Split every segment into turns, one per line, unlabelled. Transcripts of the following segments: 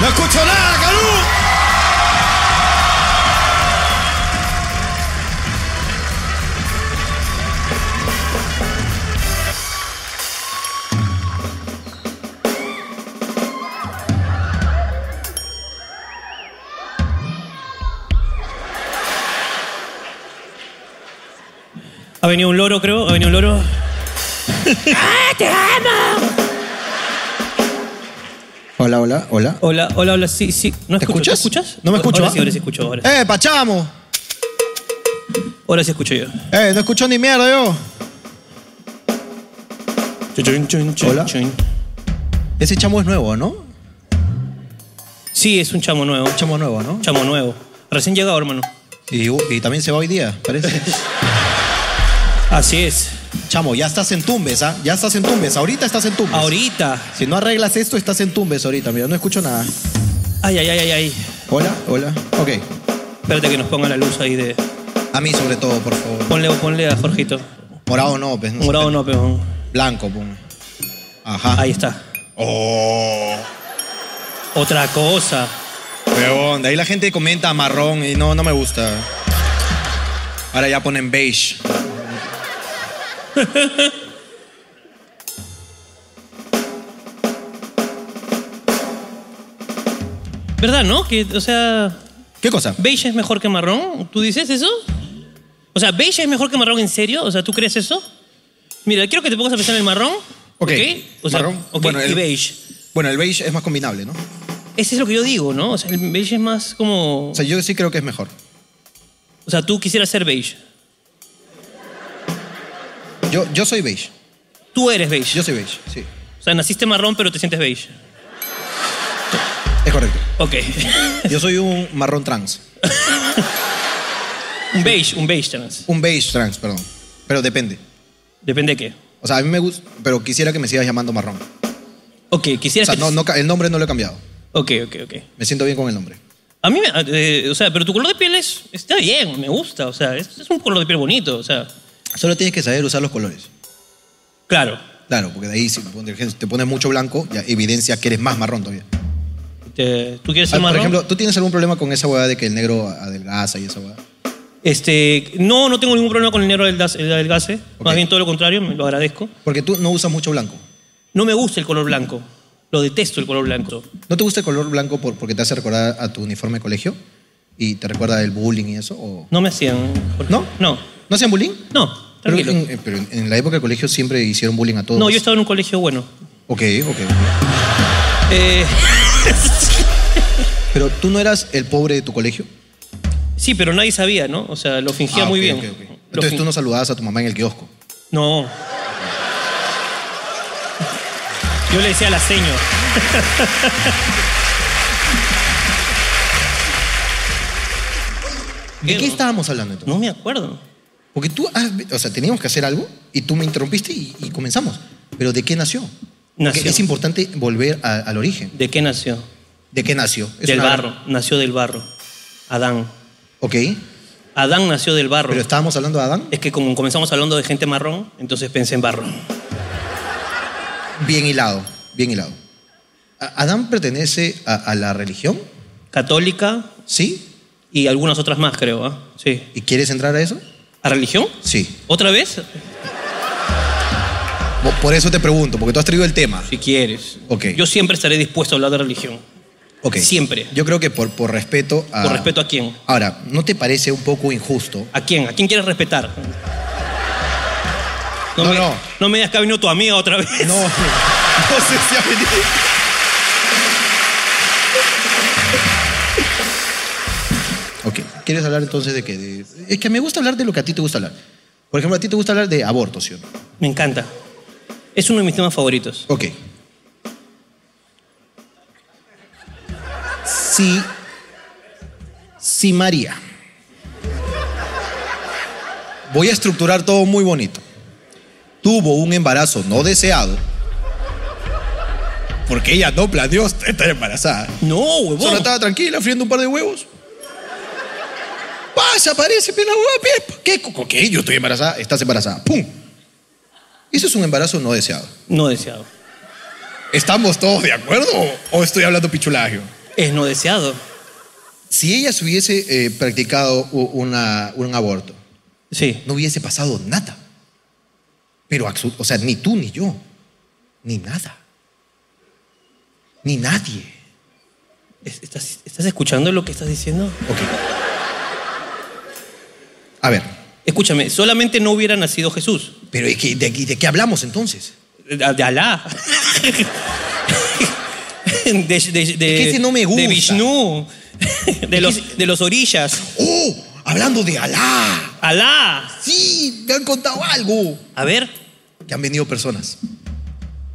¡No escucho nada, Calú!
Ha venido un loro, creo. Ha venido un loro.
Hola, hola, hola.
Hola, hola, hola. Sí, sí. No
¿Te
escucho.
escuchas?
¿Te escuchas?
No me escucho,
Ahora
¿ah?
sí, ahora sí escucho. Ahora, sí.
¡Eh, Pachamo!
Ahora sí escucho yo.
¡Eh, no escucho ni mierda yo!
Chun, chun, chun,
Hola.
chun.
Ese chamo es nuevo, ¿no?
Sí, es un chamo nuevo.
Chamo nuevo, ¿no?
Chamo nuevo. Recién llegado, hermano.
Y, uh, y también se va hoy día, parece.
Así es.
chamo, ya estás en Tumbes, ¿ah? Ya estás en Tumbes. Ahorita estás en Tumbes.
Ahorita.
Si no arreglas esto, estás en Tumbes ahorita. Mira, no escucho nada.
Ay, ay, ay, ay, ay.
Hola, hola. Ok.
Espérate que nos ponga la luz ahí de.
A mí sobre todo, por favor.
Ponle, ponle a Jorgito.
Morado no, pues. no sé.
Morado no, pero.
Blanco, pum. Ajá.
Ahí está.
Oh.
Otra cosa.
Huevón, de ahí la gente comenta marrón y no, no me gusta. Ahora ya ponen beige.
¿Verdad, no? Que, o sea,
¿Qué cosa?
beige es mejor que marrón. ¿Tú dices eso? O sea, beige es mejor que marrón en serio. O sea, ¿tú crees eso? Mira, quiero que te pongas a pensar en el marrón.
Ok.
O sea,
Marrón.
ok,
Bueno,
y
el-
beige.
Bueno, el beige es más combinable, ¿no?
Ese es lo que yo digo, ¿no? O sea, el beige es más como.
O sea, yo sí creo que es mejor.
O sea, tú quisieras ser beige.
Yo, yo soy beige.
Tú eres beige.
Yo soy beige, sí.
O sea, naciste marrón, pero te sientes beige.
Es correcto.
Ok.
Yo soy un marrón trans.
un beige, un beige trans.
Un beige trans, perdón. Pero depende.
Depende de qué.
O sea, a mí me gusta, pero quisiera que me sigas llamando marrón.
Ok,
O
quisieras
sea,
que.
no, no ca- el nombre no lo he cambiado.
Ok, ok, ok.
Me siento bien con el nombre.
A mí, me, eh, o sea, pero tu color de piel es, está bien, me gusta, o sea, es, es un color de piel bonito, o sea,
Solo tienes que saber usar los colores.
claro,
Claro, porque de ahí si te pones mucho blanco, ya evidencia que eres más marrón todavía.
te- tú quieres
Ah,
ser
Por
marrón.
ejemplo, ¿tú tienes algún problema con esa hueá de que el negro adelgaza y esa hueá?
este, no, no tengo ningún problema con el negro del, el adelgace,
Ok.
más bien todo lo contrario, me lo agradezco.
Porque tú no usas mucho blanco.
No me gusta el color blanco, lo detesto el color blanco.
¿No te gusta el color blanco por- porque te hace recordar a tu uniforme de colegio? ¿Y te recuerda el bullying y eso? ¿O...
No me hacían. Jorge.
¿No?
No,
¿No hacían bullying?
no,
Pero
tranquilo.
en, eh, pero en- en la época del colegio siempre hicieron bullying a todos.
No, yo estaba en un colegio bueno.
Ok, ok.
Eh,
Pero tú no eras el pobre de tu colegio.
sí, pero nadie sabía, ¿no? O sea, lo fingía
Ah,
muy
ok,
bien.
ok, ok.
Lo
Entonces
fin-
tú no saludabas a tu mamá en el kiosco.
No. Yo le decía la seño.
¿De
¿Qué?
qué estábamos hablando entonces?
No me acuerdo.
Porque tú, has- o sea, teníamos que hacer algo y tú me interrumpiste y, y comenzamos. Pero ¿de qué nació? Porque
Nació.
Es importante volver a- al origen.
¿De qué nació?
¿De qué nació? Es
del
una-
barro. Nació del barro. Adán.
Ok,
Adán nació del barro.
pero estábamos hablando de Adán.
Es que como comenzamos hablando de gente marrón, entonces pensé en barro.
Bien hilado, bien hilado. A- ¿Adán pertenece a, a la religión?
Católica
¿Sí?
y algunas otras más, creo. ¿ah? Sí.
¿Y quieres entrar a eso?
¿A religión?
Sí.
¿Otra vez?
Bo- Por eso te pregunto, porque tú has traído el tema.
Si quieres.
Ok.
Yo siempre estaré dispuesto a hablar de religión.
Ok.
Siempre.
Yo creo que por, por respeto a...
¿Por respeto a quién?
Ahora, ¿no te parece un poco injusto?
¿A quién? ¿A quién quieres respetar?
No,
me,
no.
me digas que ha venido tu amiga otra vez.
No, no sé si ha venido. Ok, ¿quieres hablar entonces de qué? De- es que me gusta hablar de lo que a ti te gusta hablar. Por ejemplo, a ti te gusta hablar de aborto, ¿sí o no?
Me encanta. Es uno de mis temas favoritos.
Ok. Sí. Sí, María. Voy a estructurar todo muy bonito. Tuvo un embarazo no deseado. Porque ella no planeó estar embarazada.
No, huevón.
Solo estaba tranquila, friendo un par de huevos. Pasa, aparece, pela hueva, pe- ¿Qué? ¿Con qué? Yo estoy embarazada, estás embarazada. ¡Pum! Eso es un embarazo no deseado.
No deseado.
¿Estamos todos de acuerdo o- o estoy hablando pichulagio?
es no deseado.
Si ellas hubiese eh, practicado u- una- un aborto,
Sí.
no hubiese pasado nada. Pero, absu- o sea, ni tú ni yo, ni nada, ni nadie.
Es- ¿Estás, estás escuchando lo que estás diciendo?
Ok. A ver,
Escúchame, solamente no hubiera nacido Jesús.
pero es que, ¿de, de qué hablamos entonces?
De, de Alá. De, de- de-
Es que ese no me gusta.
De Vishnu. De los, de los orillas.
¡Oh! Hablando de Alá.
Alá.
Sí, me han contado algo.
A ver.
Que han venido personas.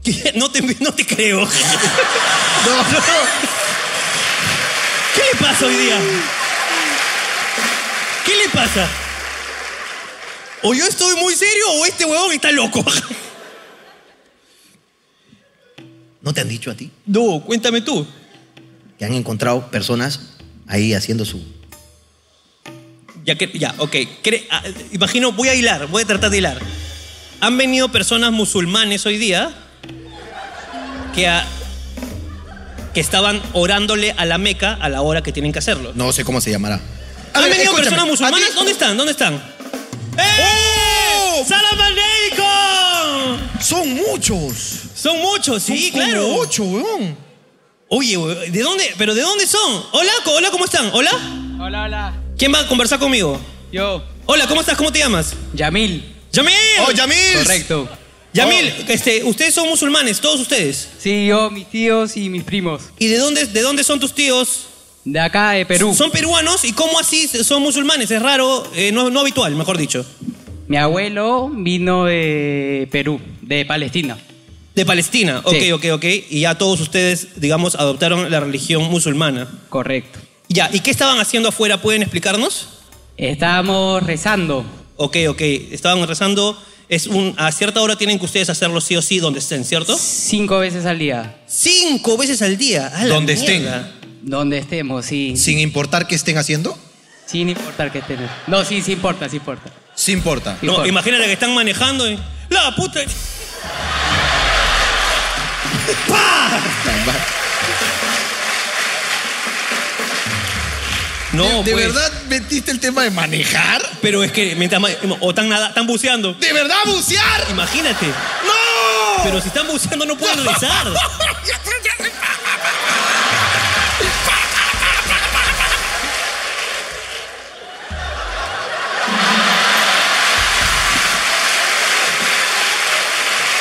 ¿qué? No te, no te creo.
No, no.
¿Qué le pasa hoy día? ¿Qué le pasa? O yo estoy muy serio o este huevón está loco.
¿No te han dicho a ti
No, cuéntame tú.
que han encontrado personas ahí haciendo su...
Ya, que, ya ok. Cre- ah, imagino, voy a hilar, voy a tratar de hilar. Han venido personas musulmanes hoy día que, a- que estaban orándole a la Meca a la hora que tienen que hacerlo.
No sé cómo se llamará. A
¿Han
ver,
venido
escúchame,
personas
¿a ti-
musulmanas? ¿Dónde están? ¿Dónde están? ¡Eh! ¡Salam aleikum!
¡Oh! Son muchos.
Son muchos, sí,
Son como
claro.
ocho, weón.
Oye, we- ¿de dónde? ¿Pero de dónde son? Hola, co- hola, ¿cómo están? ¿Hola?
Hola, hola.
¿Quién va a conversar conmigo?
Yo,
Hola, ¿cómo estás? ¿Cómo te llamas?
Yamil.
¡Yamil!
Oh, Yamil!
Correcto. Oh.
Yamil, este, ustedes son musulmanes, todos ustedes.
Sí, yo, mis tíos y mis primos.
¿Y de dónde, de dónde son tus tíos?
De acá, de Perú.
Son peruanos y cómo así son musulmanes. Es raro, eh, no, no habitual, mejor dicho.
Mi abuelo vino de Perú, de Palestina.
De Palestina. Ok,
Sí.
ok, ok. Y ya todos ustedes, digamos, adoptaron la religión musulmana.
Correcto.
Ya, ¿y qué estaban haciendo afuera? ¿Pueden explicarnos?
Estábamos rezando.
Ok, ok. Estaban rezando. Es un, a cierta hora tienen que ustedes hacerlo sí o sí donde estén, ¿cierto?
Cinco veces al día.
Cinco veces al día. A la
Donde estén.
mierda.
Donde estemos, sí.
Sin importar qué estén haciendo,
Sin importar que estemos. No, sí, sí importa, sí importa.
sí importa.
Sí
No,
importa.
imagínate que están manejando y... ¡La puta! ¡Pah! No,
¿De, de
pues.
verdad metiste el tema de manejar?
Pero es que mientras... ma- O están, nada, están buceando.
¿De verdad bucear?
Imagínate.
¡No!
Pero si están buceando no pueden rezar.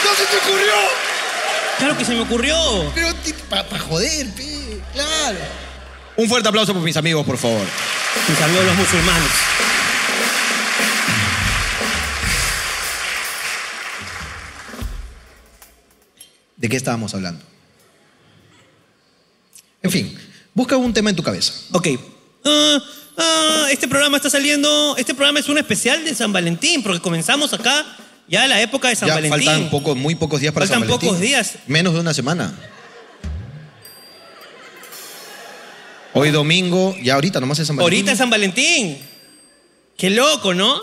¡No se te ocurrió!
Claro que se me ocurrió.
Pero para joder, pe, claro. Un fuerte aplauso por mis amigos, por favor.
Mis amigos los musulmanes.
¿De qué estábamos hablando? En fin, busca un tema en tu cabeza.
Ok. Ah, ah, este programa está saliendo... Este programa es un especial de San Valentín porque comenzamos acá ya la época de San
ya
Valentín.
faltan poco- muy pocos días para
Faltan
San Valentín.
pocos días.
Menos de una semana. Hoy domingo, ya ahorita nomás es San Valentín.
Ahorita es San Valentín. Qué loco, ¿no?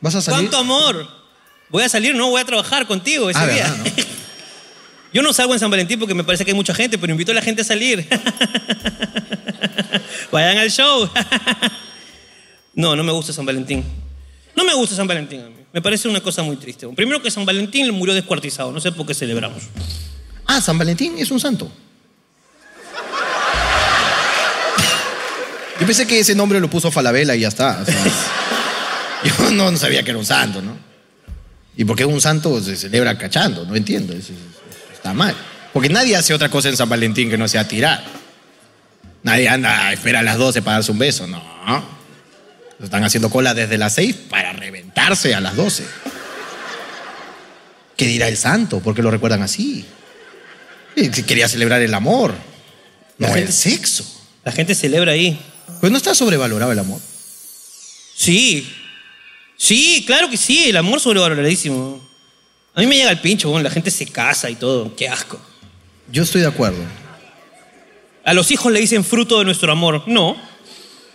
¿Vas a salir?
¿Cuánto amor? Voy a salir, no, voy a trabajar contigo ese
Ah,
día.
¿verdad, no?
Yo no salgo en San Valentín porque me parece que hay mucha gente, pero invito a la gente a salir. Vayan al show. no, no me gusta San Valentín. No me gusta San Valentín a mí. Me parece una cosa muy triste. Primero que San Valentín murió descuartizado. No sé por qué celebramos.
Ah, San Valentín es un santo. Yo pensé que ese nombre lo puso Falabella y ya está. o sea, yo no, no sabía que era un santo, ¿no? ¿Y por qué un santo se celebra cachando? No entiendo. es- es- está mal. Porque nadie hace otra cosa en San Valentín que no sea tirar. Nadie anda, espera a las 12 para darse un beso. No. Están haciendo cola desde las 6 para reventarse a las 12. ¿Qué dirá el santo? ¿Por qué lo recuerdan así? Eh, si Quería celebrar el amor, no el sexo.
La gente celebra ahí.
Pues no está sobrevalorado el amor.
Sí. Sí, claro que sí. El amor sobrevaloradísimo. A mí me llega el pincho, bueno, la gente se casa y todo. Qué asco.
Yo estoy de acuerdo.
A los hijos le dicen fruto de nuestro amor. No.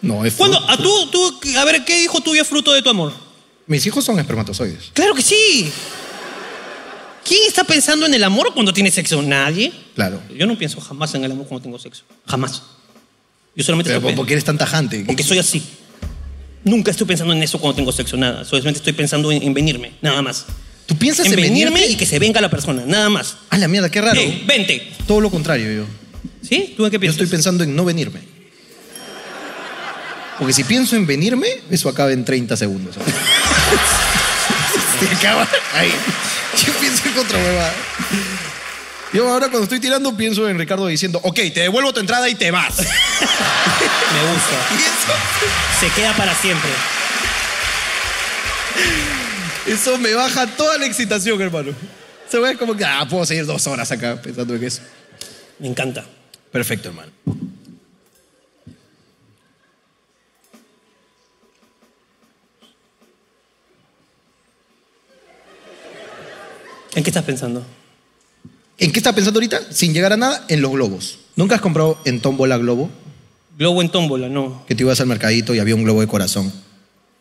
No, es
¿Cuándo?
fruto.
A tú, tú, a ver, ¿qué hijo tuyo es fruto de tu amor?
Mis hijos son espermatozoides.
Claro que sí. ¿Quién está pensando en el amor cuando tiene sexo? Nadie.
Claro.
Yo no pienso jamás en el amor cuando tengo sexo. Jamás. Yo solamente
Pero
estoy
¿por
pen-
por qué eres tan tajante?
porque soy así. Nunca estoy pensando en eso cuando tengo sexo, nada. Solamente estoy pensando en, en venirme, nada más.
¿Tú piensas
En
en
venirme y
venirme?
que se venga la persona, nada más.
A la mierda, qué raro.
Hey, vente.
Todo lo contrario yo.
¿Sí? ¿Tú en qué
Yo
piensas?
estoy pensando en no venirme. Porque si pienso en venirme, eso acaba en 30 segundos. Se acaba ahí. Yo pienso en otra huevada. Yo ahora cuando estoy tirando pienso en Ricardo diciendo, ok, te devuelvo tu entrada y te vas. Y
Me gusta.
eso,
Se queda para siempre.
eso me baja toda la excitación, hermano. Se ve como que, ah, puedo seguir dos horas acá pensando en eso.
Me encanta.
Perfecto, hermano.
¿En qué estás pensando?
¿En qué estás pensando ahorita? Sin llegar a nada, en los globos. ¿Nunca has comprado en tómbola globo?
Globo en tómbola, no.
que tú ibas al mercadito y había un globo de corazón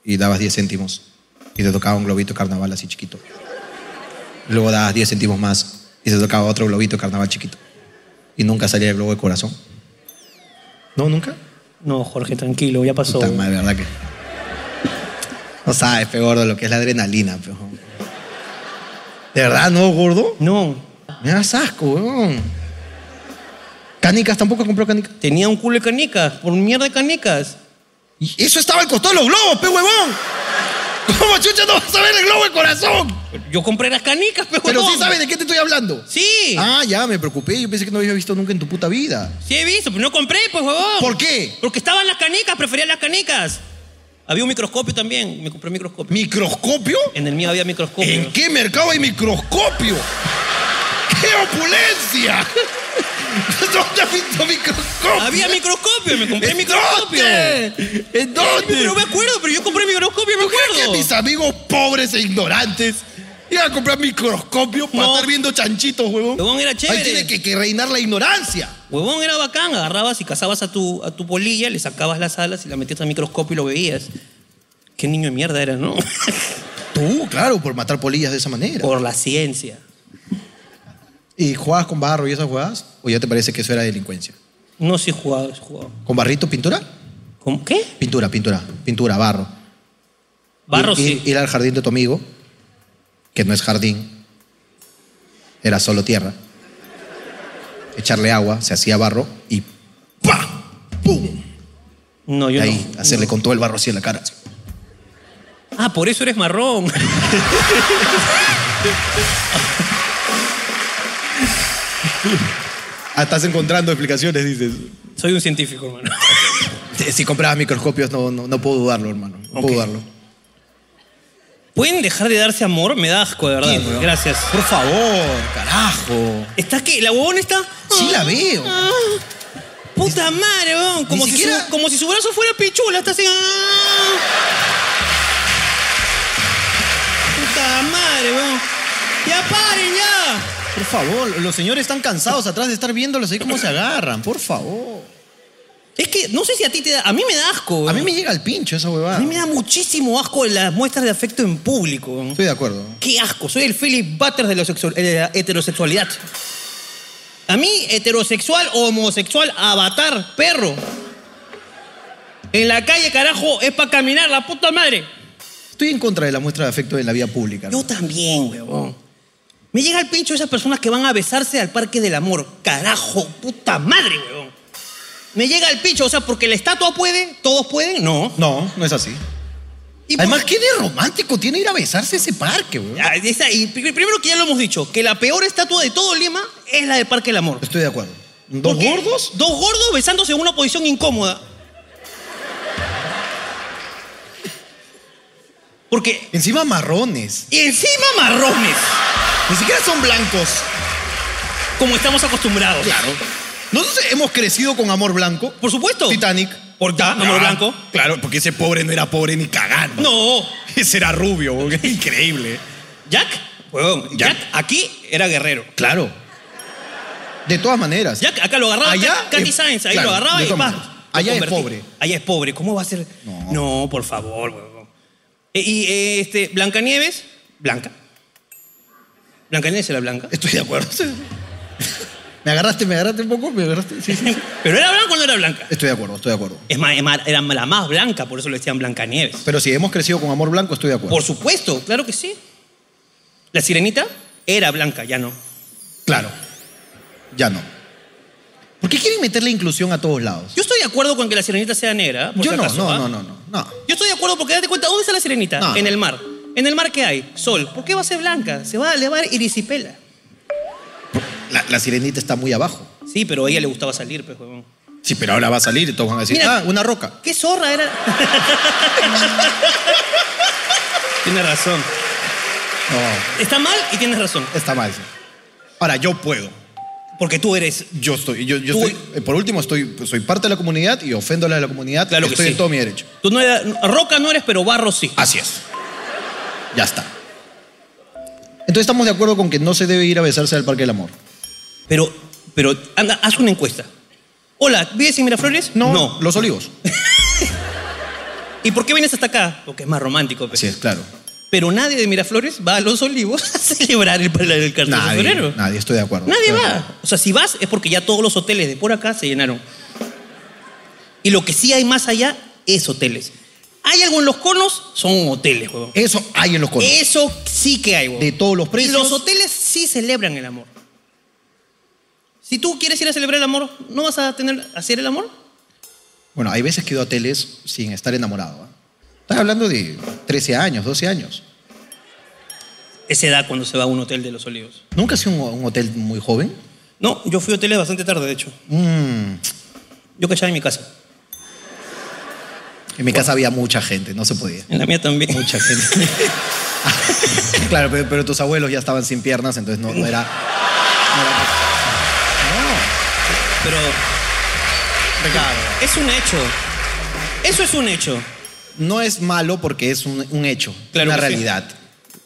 y dabas 10 céntimos y te tocaba un globito carnaval así chiquito. Luego dabas 10 céntimos más y te tocaba otro globito carnaval chiquito. Y nunca salía el globo de corazón. No, nunca.
No, Jorge, tranquilo, ya pasó.
Puta madre, verdad que. No sabes, pe gordo, lo que es la adrenalina, pe. ¿De verdad no, gordo?
No.
Me das asco, weón. Canicas, tampoco compró canicas.
Tenía un culo de canicas, por mierda de canicas.
Y Eso estaba al costado de los globos, pe huevón. ¿Cómo chucha no vas a ver el globo de corazón?
Yo compré las canicas, pero.
Pero
no.
sí sabes de qué te estoy hablando.
Sí,
Ah, ya, me preocupé. Yo pensé que no había visto nunca en tu puta vida.
sí he visto, pero no compré, pues, huevón.
¿Por qué?
Porque estaban las canicas, prefería las canicas. Había un microscopio también, me compré un microscopio.
¿Microscopio?
En el mío había microscopio.
¿En qué mercado hay microscopio? ¡Qué opulencia! ¿Dónde has visto microscopio?
Había microscopio, me compré
¿En
microscopio.
dónde? ¿En dónde?
Pero no me acuerdo, pero yo compré microscopio, me
¿Crees que mis
acuerdo.
amigos pobres e ignorantes iban a comprar microscopio para
No.
estar viendo chanchitos, huevón?
Huevón era
Ahí tiene
chévere.
que, que reinar la ignorancia.
Huevón era bacán, agarrabas y cazabas a tu, a tu polilla, le sacabas las alas y la metías al microscopio y lo veías. Qué niño de mierda era, ¿no?
Tú, claro, por matar polillas de esa manera.
Por la ciencia.
¿Y jugabas con barro y esas jugadas? ¿O ya te parece que eso era delincuencia?
No sé jugaba, jugaba.
¿Con barrito, pintura?
¿Cómo? ¿Qué?
Pintura, pintura, pintura, barro.
Barro
Ir-
sí.
ir- Ir al jardín de tu amigo, que no es jardín, era solo tierra. Echarle agua, se hacía barro y ¡pa! ¡Pum!
No,
Y
yo
ahí,
no.
hacerle con todo el barro así en la cara. así.
Ah, por eso eres marrón.
Ah, estás encontrando explicaciones, dices.
Soy un científico, hermano.
Si comprabas microscopios, no, no, no puedo dudarlo, hermano. No
Ok.
puedo dudarlo.
¿Pueden dejar de darse amor? Me da asco, de verdad.
Sí, weón.
Gracias.
Por favor, carajo.
¿Está qué? ¿La huevona está?
Sí la veo.
Puta madre, weón. Como,
Ni
si
siquiera-
su, como si su brazo fuera pichula. Está así. ah. Puta madre, weón. Ya paren, ya.
Por favor, los señores están cansados atrás de estar viéndolos ahí cómo se agarran, por favor.
Es que no sé si a ti te da. A mí me da asco,
A
weón.
mí me llega el pincho esa
A
huevada.
mí me da muchísimo asco las muestras de afecto en público, weón.
Estoy de acuerdo.
Qué asco, soy el Philip Butters de la, sexu- eh, de la heterosexualidad. A mí, heterosexual, homosexual, avatar, perro. En la calle, carajo, es para caminar, la puta madre.
Estoy en contra de la muestra de afecto en la vía pública.
Yo
hermano.
también, huevón. Me llega el pincho esas personas que van a besarse al Parque del Amor. Carajo, puta madre, huevón. Me llega el pincho, o sea, porque la estatua puede, todos pueden, no.
No, no es así.
Y por-
Además, qué de romántico tiene ir a besarse a ese parque, weón.
Ah, esa- y pri- primero que ya lo hemos dicho, que la peor estatua de todo Lima es la del Parque del Amor.
Estoy de acuerdo. ¿Dos
Porque
gordos?
Dos gordos besándose en una posición incómoda. Porque.
Encima marrones.
Y encima marrones,
Ni siquiera son blancos.
como estamos acostumbrados.
Claro. Nosotros hemos crecido con amor blanco.
Por supuesto.
Titanic.
Por ta- amor
Ah,
blanco.
Claro, porque ese pobre no era pobre ni cagando.
No.
Ese era rubio, weón. Increíble.
Jack. huevón, Jack.
Jack.
aquí era guerrero.
Claro. De todas maneras.
Jack acá lo agarraba.
Allá
Allá. Katy
es-
Sainz, ahí
claro,
lo agarraba
de
y
todas
pa,
maneras.
lo
Allá es
convertí.
pobre.
Allá es pobre. ¿Cómo va a ser? No,
No.
por eh, favor, huevón. E- Y eh, este, Blancanieves. Blanca. Blancanieves era blanca.
Estoy de acuerdo. me agarraste, me agarraste un poco, me agarraste. Sí, sí.
Pero era blanca o no era blanca.
Estoy de acuerdo, estoy de acuerdo.
Es más, es más, era la más blanca, por eso le decían Blancanieves.
Pero si hemos crecido con amor blanco, estoy de acuerdo.
Por supuesto, claro que sí. La sirenita era blanca, ya no.
Claro. Ya no. ¿Por qué quieren meterle inclusión a todos lados?
Yo estoy de acuerdo con que la sirenita sea negra. por
Yo
si
no,
acaso,
no,
¿ah?
no, no, no, no.
Yo estoy de acuerdo porque date cuenta, ¿dónde está la sirenita?
No.
En el mar. ¿En el mar qué hay? Sol. ¿Por qué va a ser blanca? Se va a elevar irisipela.
La, la sirenita está muy abajo.
Sí, pero a ella le gustaba salir, pues, huevón.
Sí, pero ahora va a salir y todos van a decir,
Mira.
ah, una roca.
¿Qué zorra era? tienes razón.
No,
Está mal y tienes razón.
está mal. sí. Ahora, yo puedo.
Porque tú eres.
Yo estoy, yo, yo
Tú- e-
estoy, eh, por último, estoy, soy parte de la comunidad y ofendo a la de la comunidad.
Claro que
estoy
sí.
en todo mi derecho.
Tú no eras. Roca no eres, pero barro sí.
Así es. Ya está. Entonces estamos de acuerdo con que no se debe ir a besarse al Parque del Amor.
Pero, pero, anda, haz una encuesta. Hola, ¿vives en Miraflores? No.
Los olivos.
¿Y por qué vienes hasta acá? Porque es más romántico. pues.
Así es, claro.
Pero nadie de Miraflores va a Los Olivos a celebrar el, el, el 14 de febrero.
Nadie, nadie, estoy de acuerdo.
Nadie
Estoy de
va.
acuerdo.
O sea, si vas es porque ya todos los hoteles de por acá se llenaron. Y lo que sí hay más allá es hoteles. Hay algo en los conos, son hoteles, huevón.
Eso hay en los conos.
Eso sí que hay, huevón.
De todos los precios.
Los hoteles sí celebran el amor. Si tú quieres ir a celebrar el amor, ¿no vas a tener hacer el amor?
Bueno, hay veces que he ido a hoteles sin estar enamorado. ¿ah? Estás hablando de 13 años, 12 años.
Esa edad cuando se va a un hotel de los olivos.
¿Nunca has sido un, un hotel muy joven?
No, yo fui a hoteles bastante tarde, de hecho.
Mm,
Yo callaba en mi casa.
En mi casa había mucha gente, no se podía.
En la mía también.
Mucha gente. claro, pero, pero tus abuelos ya estaban sin piernas, entonces no, no era. No. era-
Pero
no, pecado.
es un hecho. Eso es un hecho.
no es malo porque es un, un hecho,
Claro
una
que sí.
realidad.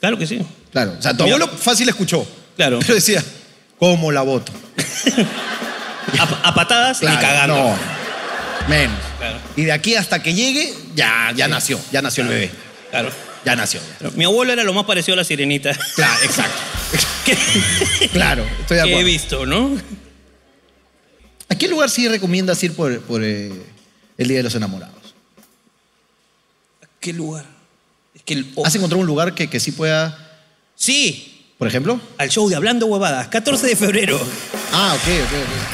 Claro que sí.
Claro. O sea, tu
Mira.
abuelo fácil escuchó.
Claro.
Pero decía, ¿cómo la voto?
A, a patadas
Claro,
ni cagando.
No. Menos.
Claro.
Y de aquí hasta que llegue, ya, ya nació. Ya nació el bebé.
Claro.
Ya nació. ya.
Pero Mi abuelo era lo más parecido a la sirenita
Claro, exacto.
que,
Claro, estoy de
que he
acuerdo.
visto, ¿no?
¿A qué lugar sí recomiendas ir por, por, eh, el Día de los Enamorados?
¿Qué lugar? Es que el- oh,
¿Has encontrado un lugar que, que sí pueda,
Sí,
por ejemplo?
al show de Hablando Huevadas, 14 de febrero.
Ah, ok, ok, ok.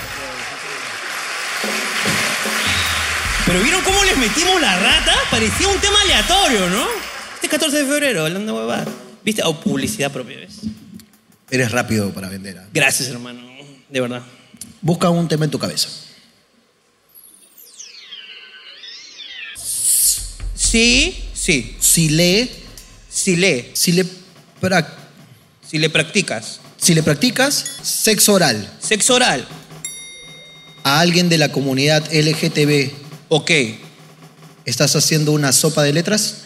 Pero ¿vieron cómo les metimos la rata? Parecía un tema aleatorio, ¿no? Este 14 de febrero, Hablando Huevadas. ¿Viste? O publicidad propia, ¿ves?
Eres rápido para vender. ¿ah?
Gracias, hermano. De verdad.
Busca un tema en tu cabeza.
Sí, sí.
Si lee,
Si lee,
si le, prac-
si le practicas.
si le practicas sexo oral
Sexo oral,
a alguien de la comunidad LGTB,
ok.
¿estás haciendo una sopa de letras?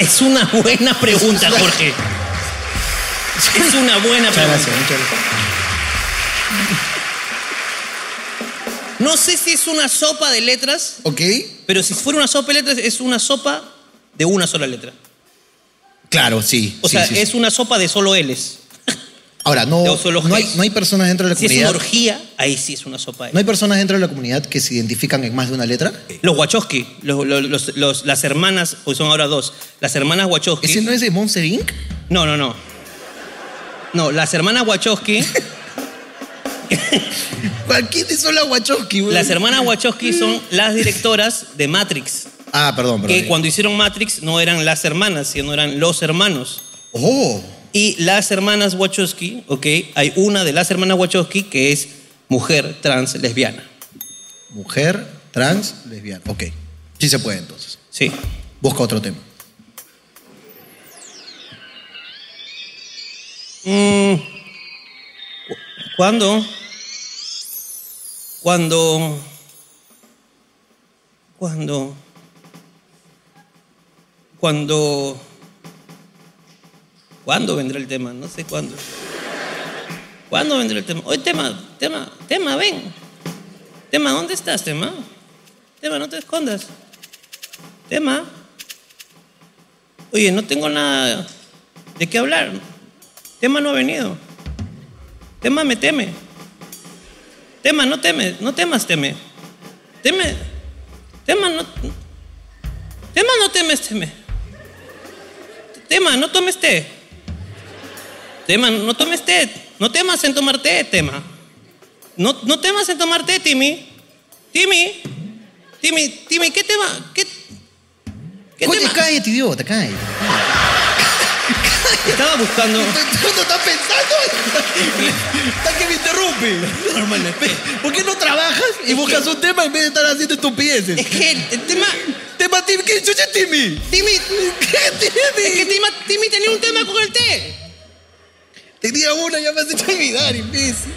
Es una buena pregunta, Jorge. Es una buena pregunta.
muchas gracias.
No sé si es una sopa de letras,
Ok.
pero si fuera una sopa de letras, es una sopa de una sola letra.
Claro, sí.
O
sí,
sea,
sí, sí.
es una sopa de solo L's.
Ahora, no,
de zoología.
no, hay, no hay personas dentro de la
Si es una
comunidad.
orgía, ahí sí es una sopa de
¿No hay personas dentro de la comunidad que se identifican en más de una letra?
Los Wachowski, los- los- los- los- las hermanas, pues son ahora dos, las hermanas Wachowski.
¿Ese no es de Monster Inc?
No, no, no. No, las hermanas Wachowski,
¿Cuál- ¿Quién es Sola Wachowski, güey?
las hermanas Wachowski son las directoras de Matrix.
Ah, perdón, perdón.
Que cuando hicieron Matrix no eran las hermanas, sino eran los hermanos.
Oh,
Y las hermanas Wachowski, ok, hay una de las hermanas Wachowski que es mujer trans lesbiana.
mujer, trans, lesbiana. Ok. Sí se puede entonces.
Sí.
Busca otro tema.
Mm, cu- ¿Cuándo? Cuando. Cuando. Cuando. ¿Cuándo vendrá el tema? No sé cuándo. ¿Cuándo vendrá el tema? Hoy tema, tema, tema, ven. Tema, ¿dónde estás, tema? Tema, no te escondas. Tema. Oye, no tengo nada de qué hablar. Tema no ha venido. Tema me teme. Tema no teme, no temas teme. Teme, tema no, tema no temes teme. Tema no tomes té. Tema no tomes té. No temas en tomar té, tema. No, no temas en tomar té, Timmy. Timmy, Timmy, Timmy, ¿qué tema? ¿Qué, qué
Coño,
tema?
cállate, idiota, cállate.
Estaba buscando.
¿Cuándo estás pensando? ¿Estás que me interrumpe?
Normal,
¿Por qué no trabajas y buscas un tema en vez de estar haciendo estupideces?
Es que el, el tema.
Tema Timmy, ¿qué chucha Timmy?
Timmy.
¿Qué
Es que
Timmy?
Timmy, Timmy tenía un tema con el té.
Tenía una, ya me has hecho olvidar, imbécil.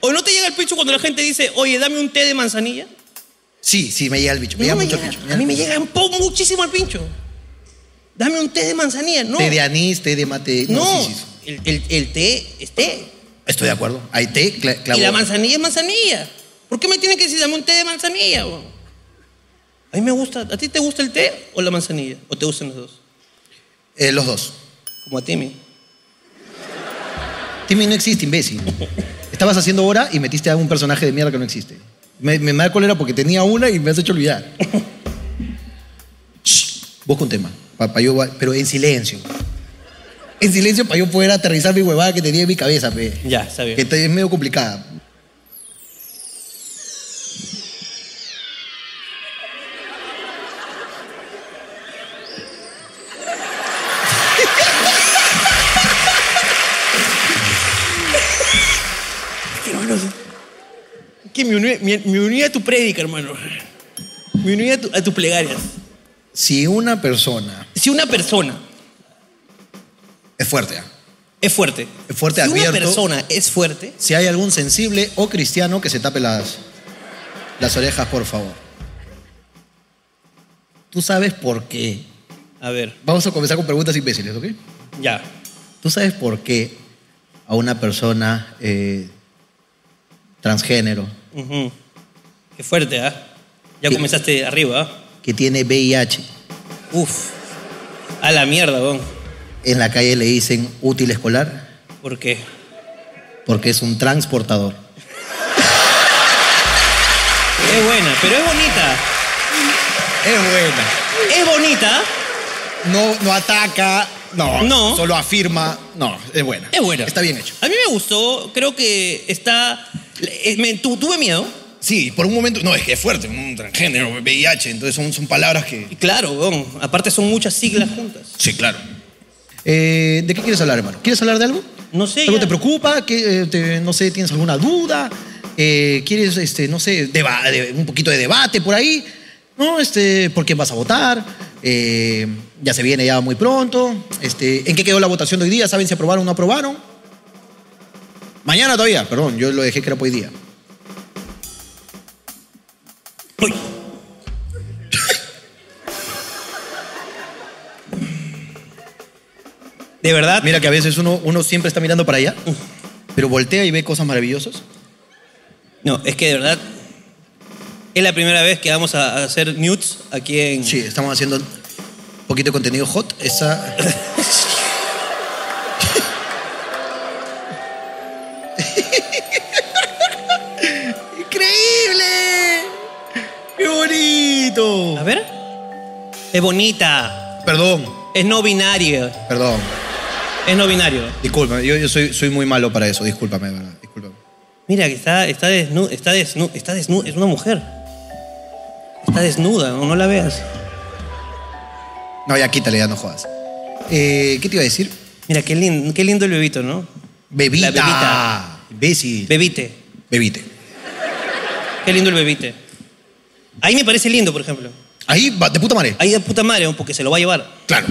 ¿O no te llega el picho cuando la gente dice, oye, dame un té de manzanilla?
Sí, sí, me llega el bicho. Me
No
llega
me
mucho el
llega.
bicho.
A mí me llega un po- muchísimo el pincho. Dame un té de manzanilla. No.
Té de anís, té de mate.
no.
sí, sí, sí.
El, el- el té es té.
Estoy de acuerdo. Hay té, cla- clavo.
Y la manzanilla es manzanilla. ¿Por qué me tienen que decir dame un té de manzanilla? bro? A mí me gusta. ¿A ti te gusta el té o la manzanilla? ¿O te gustan los dos?
Eh, los dos.
Como a Timmy.
Timmy no existe, imbécil. Estabas haciendo hora y metiste a un personaje de mierda que no existe. Me, me da cólera porque tenía una y me has hecho olvidar. Shh, busca un tema. pa- pa yo, va- pero en silencio. En silencio para yo poder aterrizar mi huevada que tenía en mi cabeza, pe.
Ya, está
Que te- es medio complicada.
Que me uní, me- me uní a tu prédica, hermano. Me uní a tu, a tu plegaria.
Si una persona
Si una persona
es fuerte, ¿ah?
es fuerte.
Es fuerte,
Si una
advierto.
persona es fuerte,
si hay algún sensible o cristiano que se tape las, las orejas, por favor. Tú sabes por qué.
a ver,
Vamos a comenzar con preguntas imbéciles, ¿ok?
ya.
¿Tú sabes por qué a una persona eh, transgénero
Ujú. Qué fuerte, ¿ah? Ya
Sí.
comenzaste arriba, ¿ah?
que tiene VIH
Uf. A la mierda, weón.
en la calle le dicen útil escolar?
¿Por qué?
Porque es un transportador.
Es buena, pero es bonita.
Es buena.
Es bonita.
No, no ataca, no,
No.
solo afirma. No, es buena.
Es buena.
Está bien hecho.
A mí me gustó. Creo que está. eh, me- tu- tuve miedo.
Sí, por un momento. No, es que es fuerte, un transgénero, VIH, entonces son, son palabras que.
Y claro, weón. Aparte son muchas siglas juntas.
Sí, claro. Eh, ¿De qué quieres hablar, hermano? ¿Quieres hablar de algo?
No sé.
¿Algo
ya.
te preocupa? ¿Qué, eh, te- no sé, ¿tienes alguna duda? Eh, ¿Quieres, este, no sé, deba- de- un poquito de debate por ahí? ¿No? Este, ¿Por quién vas a votar? Eh, ya se viene ya muy pronto. Este, ¿En qué quedó la votación de hoy día? ¿Saben si aprobaron o no aprobaron? Mañana todavía, perdón, yo lo dejé que era para hoy día.
Uy. De verdad,
Mira que a veces uno, uno siempre está mirando para allá, pero voltea y ve cosas maravillosas.
No, es que de verdad es la primera vez que vamos a a hacer nudes aquí en.
Sí, estamos haciendo un poquito de contenido hot. Esa... ¡Increíble! ¡Qué
A
bonito!
ver. Es bonita.
Perdón,
Es no binaria.
perdón.
Es no binario.
Disculpa, yo, yo soy, soy muy malo para eso. Discúlpame, de verdad. Discúlpame.
Mira que está, está desnuda, está desnuda, está desnuda, es una mujer. Está desnuda, no, no la veas.
No, ya quítale, ya no jodas. Eh, ¿Qué te iba a decir?
Mira qué lindo, qué lindo el bebito, ¿no?
Bebita.
La bebita.
Imbécil.
Bebite.
Bebite.
Qué lindo el bebite. Ahí me parece lindo, por ejemplo.
Ahí va, de puta madre.
Ahí de puta madre, porque se lo va a llevar.
Claro.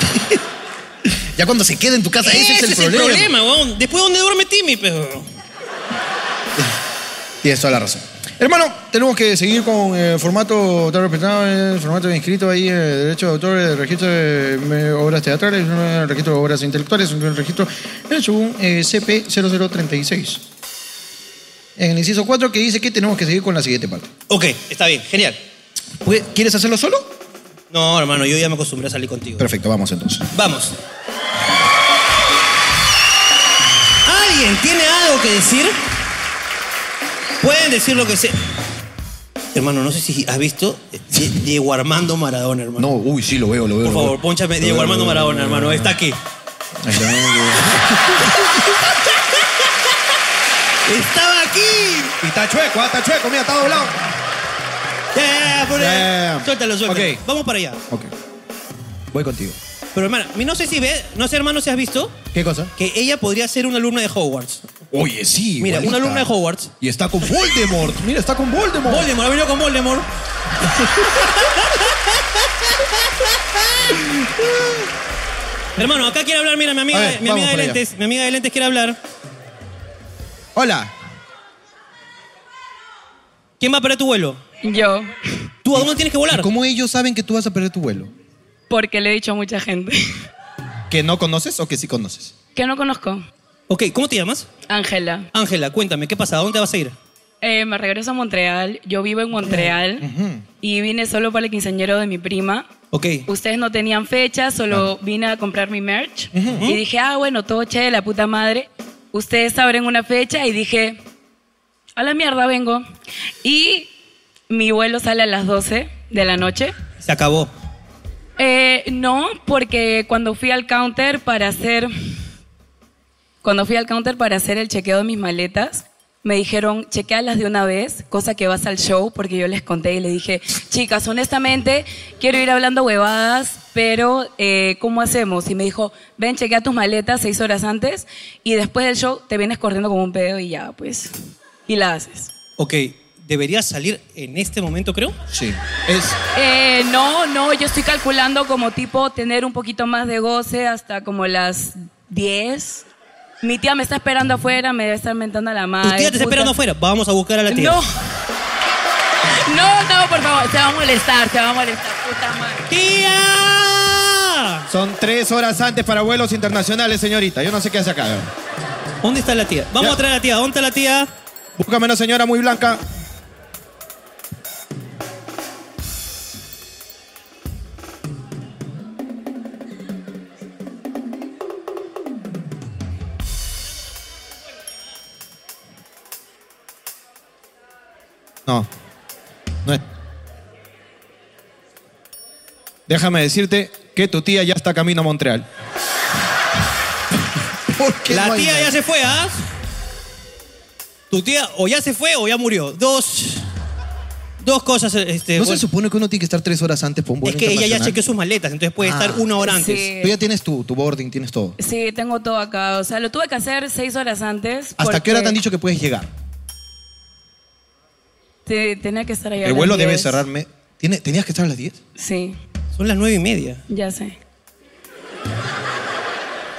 ya cuando se queda en tu casa, ese, es, el, problema.
weón. Después, ¿dónde duerme Timmy, pero?
Tienes toda la razón. Hermano, tenemos que seguir con el formato tal respetado, el formato inscrito ahí, eh, derecho de autor, el registro de eh, obras teatrales, el registro de obras intelectuales, el registro eh, según eh, CP 0036. En el inciso 4 que dice que tenemos que seguir con la siguiente parte.
Ok, está bien, genial.
Pues, ¿Quieres hacerlo solo?
No, hermano, yo ya me acostumbré a salir contigo.
Perfecto, vamos entonces.
Vamos. ¿Alguien tiene algo que decir? Pueden decir lo que sea. Hermano, no sé si has visto Die- Diego Armando Maradona, hermano.
No, uy, sí, lo veo, lo veo.
Por
lo veo.
favor, ponchame Diego
Lo veo,
Armando
lo veo,
Maradona,
lo veo,
hermano.
lo veo.
Está aquí.
Ahí lo veo, lo veo.
¡Estaba aquí!
Y está chueco, ah, está chueco, mira, está doblado.
Ya, ya, por ahí.
Ya.
Suéltalo, suéltalo.
Ok.
Vamos para allá.
Ok. Voy contigo.
Pero hermana, no sé si ves, no sé hermano si has visto
¿Qué cosa?
que ella podría ser una alumna de Hogwarts.
Oye, sí.
Mira,
igualita.
una alumna de Hogwarts.
Y está con Voldemort. Mira, está con Voldemort.
Voldemort, ha venido con Voldemort. Hermano, acá quiere hablar, mira, mi amiga,
A ver,
mi amiga
vamos
de
por allá.
lentes, mi amiga de lentes quiere hablar.
Hola.
¿Quién va a perder tu vuelo?
Yo,
Tú aún no tienes que volar.
¿Cómo ellos saben que tú vas a perder tu vuelo?
porque le he dicho a mucha gente
¿Que no conoces o que sí conoces?
que no conozco.
Ok, ¿cómo te llamas?
Ángela,
Ángela, cuéntame, ¿qué pasa? ¿A dónde vas a ir?
eh, me regreso a Montreal. Yo vivo en Montreal y vine solo para el quinceañero de mi prima.
Ok.
Ustedes no tenían fecha, solo vine a comprar mi merch y dije, ah, bueno, todo che de la puta madre. Ustedes abren una fecha y dije, a la mierda vengo. Y mi vuelo sale a las 12 de la noche.
Se acabó.
Eh, no, porque cuando fui al counter para hacer. Cuando fui al counter para hacer el chequeo de mis maletas, me dijeron, chequealas de una vez, cosa que vas al show, porque yo les conté y les dije, chicas, honestamente, quiero ir hablando huevadas, pero eh, ¿cómo hacemos? Y me dijo, ven, chequea tus maletas seis horas antes y después del show te vienes corriendo como un pedo y ya, pues, y la haces.
Ok, deberías salir en este momento, creo.
Sí. Es.
Eh, no, no, yo estoy calculando como tipo tener un poquito más de goce hasta como las 10. Mi tía me está esperando afuera, me debe estar mentando a la
Tu
madre.
tía te está
puta.
esperando afuera. Vamos a buscar a la tía.
No. No, no, por favor, se va a molestar, se va a molestar, puta madre.
¡Tía!
Son tres horas antes para vuelos internacionales, señorita. Yo no sé qué hace acá.
¿Dónde está la tía? Vamos
Ya.
a traer a la tía. ¿Dónde está la tía?
Búscame una señora muy blanca. No. No es. Déjame decirte que tu tía ya está camino a Montreal. ¿Por qué
La
no hay
tía
nadie?
ya se fue, ¿ah? Tu tía o ya se fue o ya murió. Dos. Dos cosas. Este,
¿No
bueno,
se supone que uno tiene que estar tres horas antes para un vuelo
es que ella ya
internacional?
chequeó sus maletas, entonces puede estar
Ah.
una hora antes.
Sí.
Tú ya tienes tu, tu boarding, tienes todo.
Sí, tengo todo acá, o sea, lo tuve que hacer seis horas antes.
¿Hasta qué hora te
porque
han dicho que puedes llegar?
te- tenía que estar allá. a
El
las
vuelo debe
10.
cerrarme. ¿Tiene, ¿Tenías que estar a las 10?
Sí,
Son las nueve y media.
ya sé.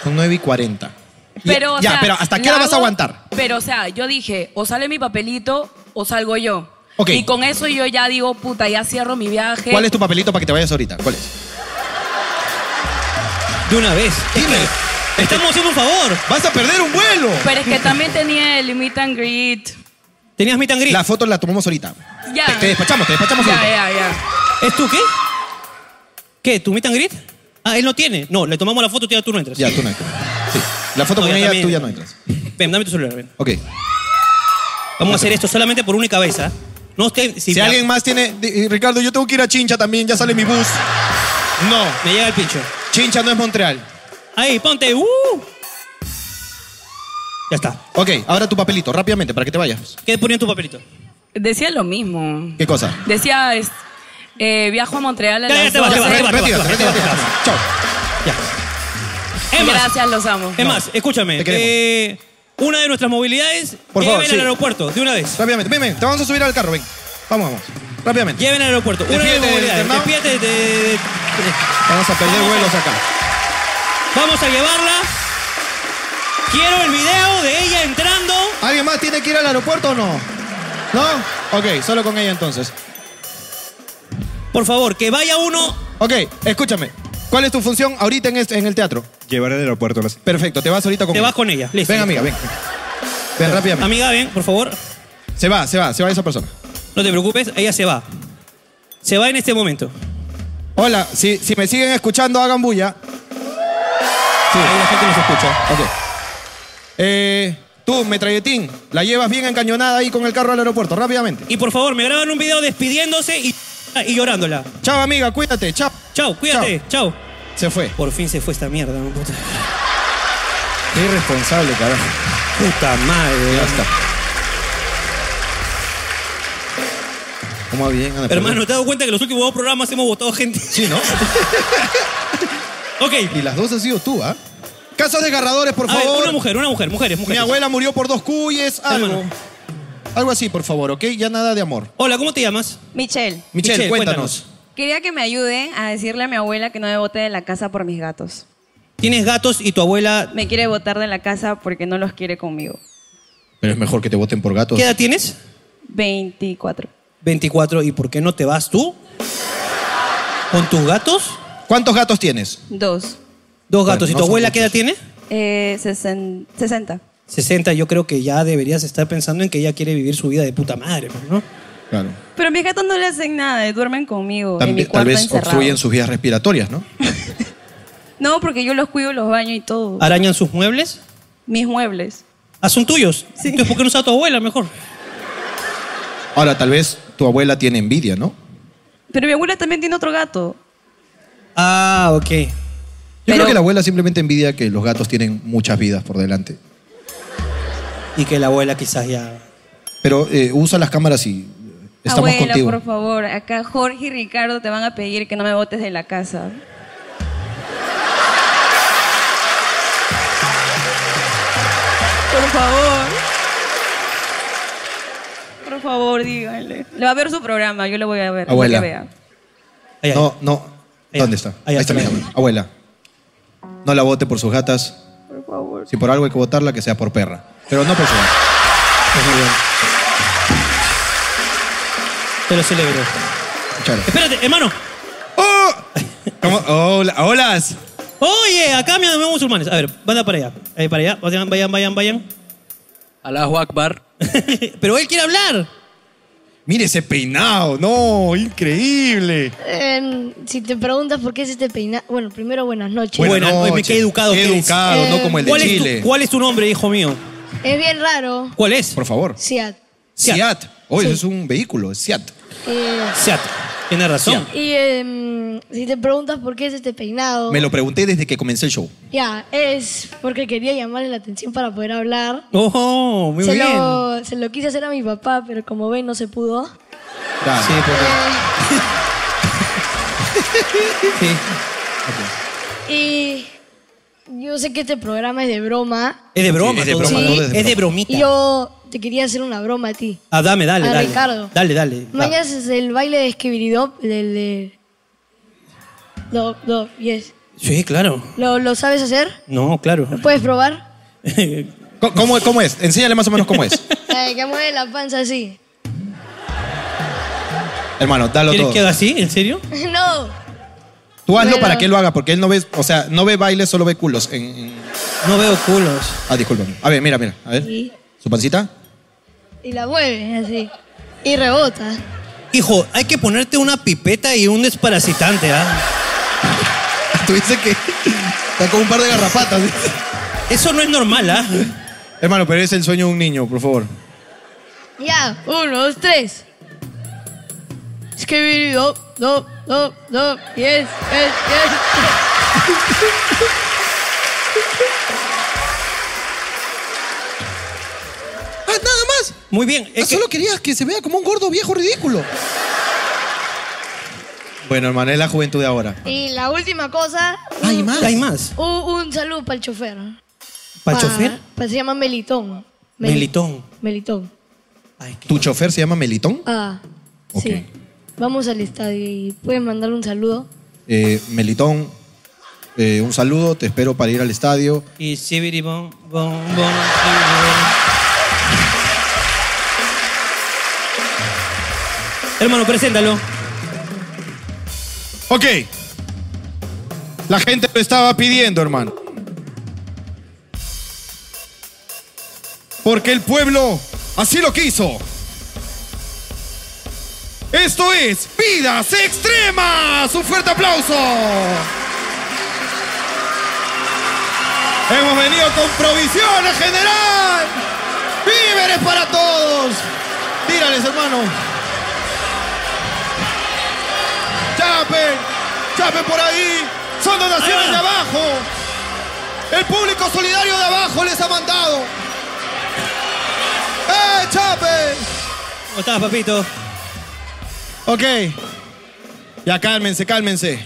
Son 9 y 40.
Pero,
ya,
o
ya,
sea,
pero ¿hasta qué
la
hora vas a
hago-
aguantar?
Pero, o sea, yo dije, o sale mi papelito o salgo yo.
Ok.
Y con eso yo ya digo, puta, ya cierro mi viaje.
¿Cuál es tu papelito para que te vayas ahorita? ¿Cuál es?
De una vez.
Dime. Este,
Te Estamos haciendo un favor.
¡Vas a perder un vuelo!
Pero es que también tenía el meet and greet.
Tenías meet and greet.
La foto la tomamos ahorita.
Ya.
Este-
Te, te despachamos, te despachamos
Ya,
ahorita.
ya, ya.
¿Es tú qué? ¿Qué? ¿Tu meet and greet? Ah, él no tiene. No, le tomamos la foto y ya tú no entras.
Ya, tú no entras. Sí. La foto
No,
con
yo
ella,
también.
tú ya no entras.
Ven, dame tu celular, ven.
Ok.
Vamos a hacer esto solamente por única vez, ¿ah? No, usted, si,
Si
me-
alguien más tiene... di- eh, Ricardo, yo tengo que ir a Chincha también, ya sale mi bus. No,
me llega el pincho.
Chincha no es Montreal.
Ahí, ponte. ¡Uh! Ya está.
Ok, ahora tu papelito, rápidamente, para que te vayas.
¿Qué ponía en tu papelito?
Decía lo mismo.
¿Qué cosa?
Decía, es- eh, viajo a Montreal a
Ya, ya
las
te vas, te vas,
12.
te vas.
Retírate, retírate. Chao.
Ya. Es más,
Gracias, los amo.
es más, escúchame.
te queremos.
eh, una de nuestras movilidades,
Por favor,
lleven
sí.
al aeropuerto, de una vez.
Rápidamente, ven, ven, te vamos a subir al carro, ven. Vamos, vamos. Rápidamente.
Lleven al aeropuerto. Una de
Despídete
las
del
movilidades.
internado.
Despídete de- de- de-
Vamos a perder
Vamos a-
vuelos acá.
Vamos a llevarla. Quiero el video de ella entrando.
¿Alguien más tiene que ir al aeropuerto o no? ¿No? Ok, solo con ella entonces.
Por favor, que vaya uno.
Ok, escúchame. ¿Cuál es tu función ahorita en, este- en el teatro?
Llevar al aeropuerto. las-
Perfecto, te vas ahorita con
Te vas con ella. Listo.
Ven, amiga, ven. Ven rápidamente.
Amiga, ven, por favor.
Se va, se va, se va esa persona.
No te preocupes, ella se va. Se va en este momento.
Hola, si, si me siguen escuchando, hagan bulla. Sí,
Ahí la gente nos escucha.
ok. Eh, tú, metralletín, la llevas bien encañonada ahí con el carro al aeropuerto, rápidamente.
Y por favor, me graban un video despidiéndose y, y llorándola.
Chao, amiga, cuídate, chao.
Chao, cuídate, chao.
Se fue.
Por fin se fue esta mierda, ¿no? puta,
Qué irresponsable, carajo.
puta madre.
Ya está. ¿Cómo bien? Ana Paula?
Hermano, ¿te has dado cuenta que en los últimos dos programas hemos votado gente?
Sí, ¿no?
Ok,
Y las dos has sido tú, ¿ah? Casos desgarradores, por
a ver,
favor.
una mujer, una mujer, mujeres,
Mi
mujeres.
abuela murió por dos cuyes, algo.
Hermano.
Algo así, por favor, ¿ok? Ya nada de amor.
Hola, ¿cómo te llamas?
Michelle,
Michelle,
Michelle,
cuéntanos.
quería que me ayude a decirle a mi abuela que no me bote de la casa por mis gatos.
Tienes gatos y tu abuela...
Me quiere botar de la casa porque no los quiere conmigo.
Pero es mejor que te voten por gatos.
¿Qué edad tienes?
24.
24. ¿Y por qué no te vas tú? ¿Con tus gatos?
¿Cuántos gatos tienes?
2.
Dos gatos.
Bueno,
¿Y
no
tu
son
abuela
muchos.
qué edad tiene?
Eh, sesen- 60.
60. Yo creo que ya deberías estar pensando en que ella quiere vivir su vida de puta madre, pues, ¿no?
Claro.
Pero mis gatos no le hacen nada, eh, duermen conmigo en mi
También-
cuarto
tal vez
encerrado.
obstruyen sus vías respiratorias, ¿no?
No, porque yo los cuido, los baño y todo.
¿Arañan sus muebles?
Mis muebles.
Ah, son tuyos. Entonces, ¿por qué no está tu abuela mejor?
Ahora, tal vez tu abuela tiene envidia, ¿no?
Pero mi abuela también tiene otro gato.
Ah, ok.
Yo
Pero-
creo que la abuela simplemente envidia que los gatos tienen muchas vidas por delante.
Y que la abuela quizás ya...
Pero eh, usa las cámaras y eh, estamos
abuela,
contigo.
por favor, acá Jorge y Ricardo te van a pedir que no me botes de la casa. Por favor. Por favor, díganle. Le va a ver su programa, yo le voy a ver.
Abuela.
para que vea.
Ay, ay.
No, no.
Ahí
¿Dónde
está.
está?
Ahí
Ahí
está,
está mi
ahí
abuela. Abuela, no la vote por sus gatas. Por favor. Si por algo hay que votarla, que sea por perra. Pero no por su gata.
Pues muy bien. Te lo celebro.
Muchas gracias.
Espérate, hermano.
¡Oh! ¿Cómo? Hola, holas.
Oye, acá me llamamos musulmanes. A ver, vaya para allá. Ahí para allá. Vayan, vayan, vayan, vayan.
Allahu Akbar.
Pero él quiere hablar.
Mire ese peinado. No, increíble.
Em, si te preguntas por qué es este peinado, bueno, primero buenas noches.
Bueno. Buenas noches. Qué educado que eres.
educado, no como el de
¿Cuál es,
Chile.
tu, ¿Cuál es tu nombre, hijo mío?
Es bien raro.
¿Cuál es?
Por favor.
Seat.
Seat.
Seat. Oye,
Sí.
es un vehículo, es Seat.
Eh,
Seat. Tienes razón.
y em, si te preguntas por qué es este peinado,
Me lo pregunté desde que comencé el show.
ya, es porque quería llamarle la atención para poder hablar.
Oh, muy
se,
bien.
Lo, se lo quise hacer a mi papá, pero como ven no se pudo.
Claro.
Sí, porque- sí.
Y yo sé que este programa es de broma.
Es de broma.
es de
todo.
broma,
no
Es
desde
de bromita.
Y yo te quería hacer una broma a ti.
Ah, dame, dale,
a
dale.
Ricardo.
Dale, dale.
Mañana es el baile de Esquiviridop, del de... Do, do, yes.
Sí, claro.
¿Lo, ¿Lo sabes hacer?
No, claro.
¿Lo puedes probar?
Co- ¿Cómo, cómo es? Enséñale más o menos cómo es.
Eh, que mueve la panza así.
Hermano, dalo
¿Quieres
todo.
que haga así? ¿En serio?
no.
Tú hazlo
Bueno.
para que él lo haga, porque él no ve, o sea, no ve bailes, solo ve culos. En, en-
No veo culos.
Ah, discúlpame. A ver, mira, mira. A
¿Eh?
ver.
Y,
¿Su pancita?
y la mueve así. Y rebota.
Hijo, hay que ponerte una pipeta y un desparasitante, ¿ah?
Tú dices que está con un par de garrapatas.
Eso no es normal, ¿ah?
Hermano, pero es el sueño de un niño, por favor.
Ya, uno, dos, tres. Esquiviridop, do, do, do, yes, yes, yes.
¡Ah, nada más! Ah,
Muy bien. es que-
querías que se vea como un gordo viejo ridículo. Bueno, hermano, es la juventud de ahora.
Y la última cosa,
¡Ay, más!
Hay más.
un, un saludo para el chofer.
¿Para
Pa-
chofer?
pa- se llama Melitón. Meli-
Melitón.
Melitón.
Ay, qué-
¿Tu chofer se llama Melitón?
Ah,
Ok.
sí. Vamos al estadio y puedes mandarle un saludo.
Eh, Melitón, eh, un saludo, te espero para ir al estadio.
Y shibiri bom, bom, bom, shibiri bom. Hermano, preséntalo.
Ok. La gente lo estaba pidiendo, hermano. Porque el pueblo así lo quiso.
Esto es Vidas Extremas. Un fuerte aplauso. Hemos venido con provisión en general. Víveres para todos. Tírales, hermano. Chapen. Chapen por ahí. Son donaciones de abajo. El público solidario de abajo les ha mandado. ¡Eh, Chapen!
¿Cómo estás, papito?
Ok. Ya cálmense, cálmense.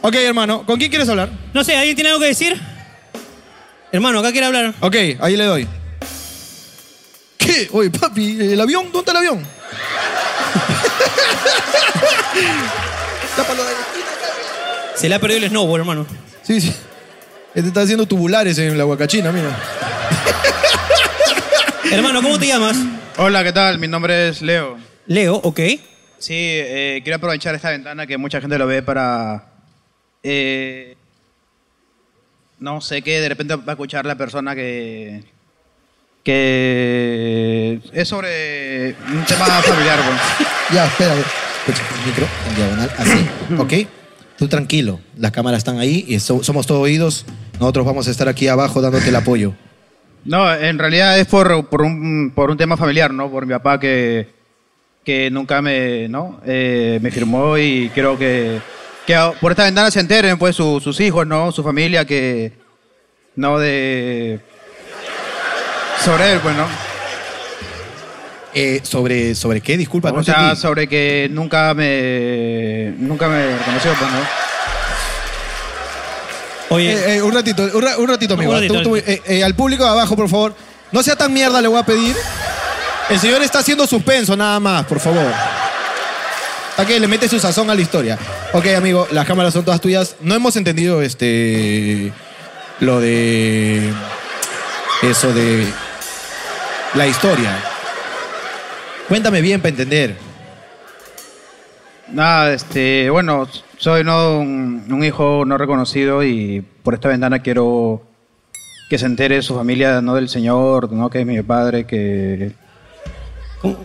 Ok, hermano, ¿con quién quieres hablar?
No sé, ¿alguien tiene algo que decir? Hermano, acá quiere hablar.
Ok, ahí le doy. ¿Qué? Oye, papi, ¿el avión? ¿Dónde está el avión? Tápalo de ahí.
Se le ha perdido el snowboard, hermano.
Sí, sí. Este está haciendo tubulares en la huacachina, mira.
Hermano, ¿cómo te llamas?
Hola, ¿qué tal? Mi nombre es Leo.
Leo, ok.
Sí, eh, quiero aprovechar esta ventana que mucha gente lo ve para... eh, no sé qué, de repente va a escuchar la persona que... que es sobre un tema familiar. pues.
Ya, espera. Escucha, el micro en diagonal, así. ¿Ok? Tú tranquilo. Las cámaras están ahí y so- somos todos oídos. Nosotros vamos a estar aquí abajo dándote el apoyo.
No, en realidad es por, por, un, por un tema familiar, ¿no? Por mi papá que, que nunca me, ¿no? Eh, me firmó y creo que, que a- por esta ventana se enteren, pues, su- sus hijos, ¿no? Su familia que, ¿no? De... Sobre él, pues, ¿no?
Eh, ¿sobre, ¿Sobre qué? Disculpa, no
O
entendí.
sea, sobre que nunca me... Nunca me reconoció, pues, ¿no?
Oye,
Eh, eh, un ratito, un, ra- un ratito, amigo.
Un ratito,
Tú- tú-
ratito.
eh, eh, al público de abajo, por favor. No sea tan mierda, le voy a pedir. El señor está haciendo suspenso, nada más, por favor. Está que le mete su sazón a la historia. Ok, amigo, las cámaras son todas tuyas. No hemos entendido este. Lo de. Eso de. La historia.
Cuéntame bien para entender.
Nada, este, bueno, soy ¿no? un, un hijo no reconocido y por esta ventana quiero que se entere su familia, ¿no? Del señor, ¿no? Que es mi padre, que...
¿cómo-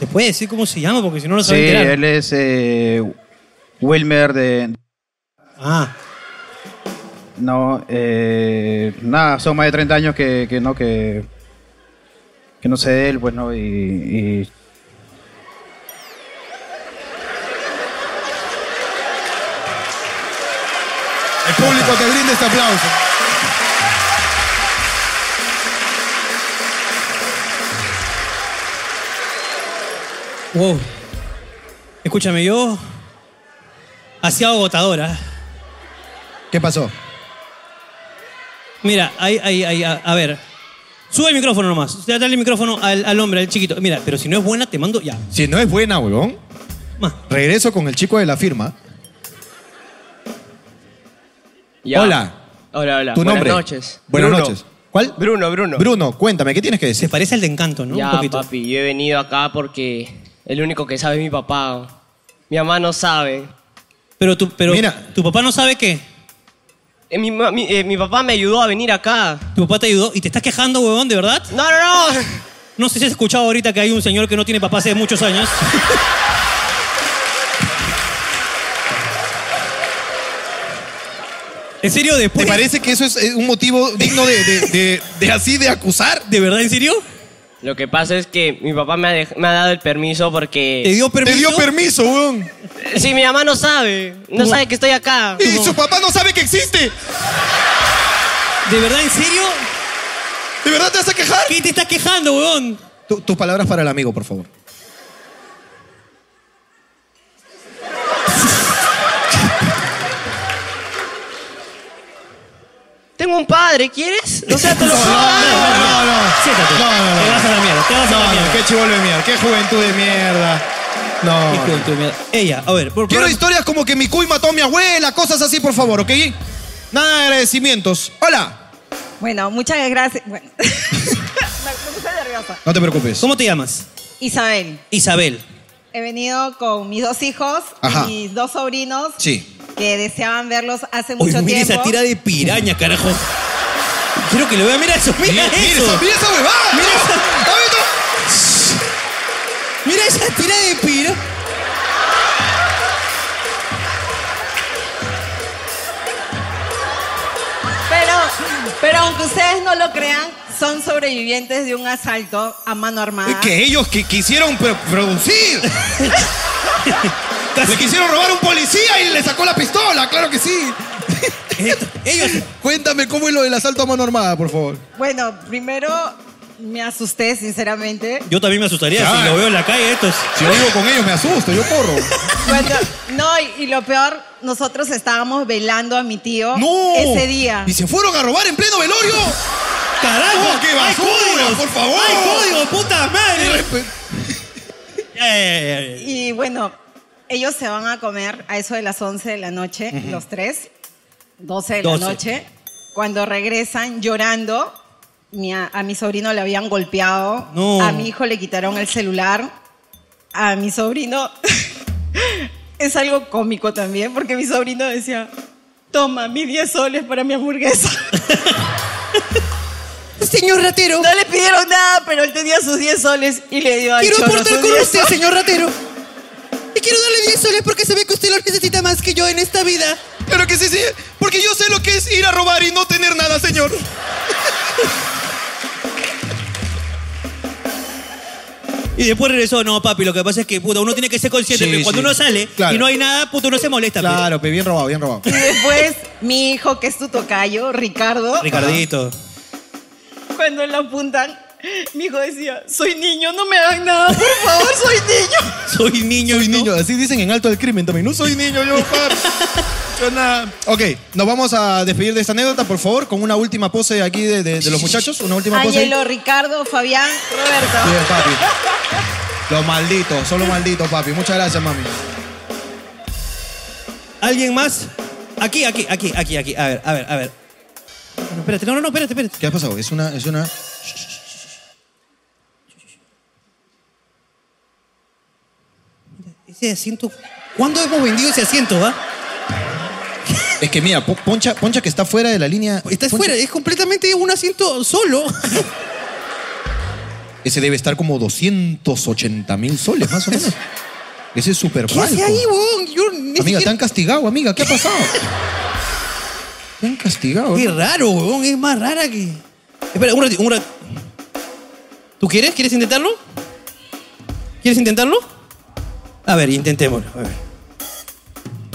¿te puede decir cómo se llama? Porque si no, no
Sí,
saben qué
él es eh, Wilmer de...
Ah,
No, eh, nada, son más de 30 años que, que no, que... Que no sé de él, pues, ¿no? Y... y-
El público te brinda este aplauso.
wow. Escúchame, yo. Ha sido agotadora.
¿Qué pasó?
Mira, ahí, ahí, ahí, a, a ver. Sube el micrófono nomás. Dale el micrófono al, al hombre, al chiquito. Mira, pero si no es buena, te mando ya.
Si no es buena, huevón,
Más.
regreso con el chico de la firma.
Ya.
Hola.
Hola, hola.
Tu
Buenas
nombre.
noches.
Buenas
Bruno.
noches. ¿Cuál?
Bruno, Bruno.
Bruno, cuéntame, ¿qué tienes que
Se
decir?
parece al de Encanto, ¿no?
Ya,
Un poquito.
papi, yo he venido acá porque el único que sabe es mi papá. Mi mamá no sabe.
Pero, tu, pero
Mira.
tu papá no sabe qué.
Eh, mi, ma- mi- eh, mi papá me ayudó a venir acá.
Tu papá te ayudó y te estás quejando, huevón, de verdad.
No, no, no.
No sé si has escuchado ahorita que hay un señor que no tiene papá hace muchos años. ¿En serio?
¿Te
Después.
parece que eso es eh, un motivo digno de, de- de- de así de acusar?
¿De verdad, en serio?
Lo que pasa es que mi papá me ha, dej- me ha dado el permiso
¿Te
porque...
dio permiso?
Te dio permiso, weón.
Sí, mi mamá no sabe. No sabe que estoy acá.
Y su papá no sabe que existe.
¿De verdad, en serio?
¿De verdad te vas a quejar?
¿Qué te estás quejando, huevón?
Tu- tus palabras para el amigo, por favor.
Tengo un padre, ¿quieres? No sea
No, no, no, no.
Siéntate.
No, no, no.
Te vas a la mierda, te vas a la mierda.
qué chivolo de mierda, qué juventud de mierda. No.
Qué juventud, mierda. Ella, a ver. Por,
Quiero
por-
historias como que mi cuy mató a mi abuela, cosas así, por favor, ¿ok? Nada de agradecimientos. Hola.
Bueno, muchas gracias. Bueno. me, me puse nerviosa.
No te preocupes.
¿Cómo te llamas?
Isabel,
Isabel.
he venido con mis dos hijos y
Ajá.
mis dos sobrinos
Sí.
que deseaban verlos hace
Uy,
mucho
mira
tiempo.
esa tira de piraña, carajo. Quiero que lo vea. Mira eso, mira,
Mira
eso.
esa, mira esa huevada.
Mira
Mira
esa-
esa.
Mira esa tira de piro?
Pero, pero aunque ustedes no lo crean, son sobrevivientes de un asalto a mano
Ah.
armada.
Que ellos qui- quisieron pro- producir. Le quisieron robar a un policía y le sacó la pistola, claro que sí.
Eh, ellos.
Cuéntame cómo es lo del asalto a mano armada, por favor.
Bueno, primero me asusté, sinceramente.
Yo también me asustaría si
Claro.
lo veo en la calle estos.
Si yo vivo con ellos me asusto, yo corro.
Cuando- no, y, y lo peor, nosotros estábamos velando a mi tío ese día.
¿Y se fueron a robar en pleno velorio?
¡Carajo!
Oh, ¡Qué
¡Hay
basura,
códigos!
por favor!
¡Hay código, puta madre! Ya, ya, ya, ya, ya.
Y bueno, ellos se van a comer a eso de las 11 de la noche,
Ujú.
los tres, 12 de
12.
la noche. Cuando regresan llorando, mi a, a mi sobrino le habían golpeado,
No.
a mi hijo le quitaron el celular, a mi sobrino... es algo cómico también, porque mi sobrino decía, toma, mis 10 soles para mi hamburguesa.
Señor ratero.
No le pidieron nada, pero él tenía sus 10 soles y le dio al
Quiero
chorro
aportar
sus
con
10
usted,
soles.
señor ratero. Y quiero darle 10 soles porque se ve que usted lo necesita más que yo en esta vida.
Claro que sí, sí, porque yo sé lo que es ir a robar y no tener nada, señor.
Y después regresó, no, papi, lo que pasa es que puta, uno tiene que ser consciente.
Sí,
pero cuando
sí.
uno sale
Claro.
y Ah, no hay nada, puta, uno se molesta. pero-
Claro, pe, bien robado, bien robado.
Y después, mi hijo, que es tu tocayo, Ricardo,
Ricardito.
cuando lo apuntan, mi hijo decía, soy niño, no me hagan nada, por favor, soy niño.
Soy niño.
Soy niño, así dicen en alto del crimen también. No soy niño, yo, pap. Yo nada. Ok, nos vamos a despedir de esta anécdota, por favor, con una última pose aquí de, de- de los muchachos. Una última pose. ahí.
Ángelo, Ricardo, Fabián, Roberto.
Bien, papi. Los malditos, son los malditos, papi. Muchas gracias, mami.
¿Alguien más? Aquí, aquí, aquí, aquí, aquí. A ver, a ver, a ver. No, espérate, no, no, no, espérate, espérate.
¿Qué ha pasado? Es una, es una.
Ese asiento. ¿Cuándo hemos vendido ese asiento, ah? va?
Es que mira, po- poncha, poncha que está fuera de la línea.
Está
Poncha-
fuera, es completamente un asiento solo.
Ese debe estar como 280 mil soles, más o menos. Ese es súper
¿Qué hace ahí, huevón? Yo ni
Amiga, te
siquiera-
han castigado, amiga. ¿Qué ha pasado? Te han castigado.
Qué raro, huevón. Es más rara que. Espera, un ratito, un ratito. ¿Tú quieres? ¿Quieres intentarlo? ¿Quieres intentarlo? A ver, intentémoslo. A ver.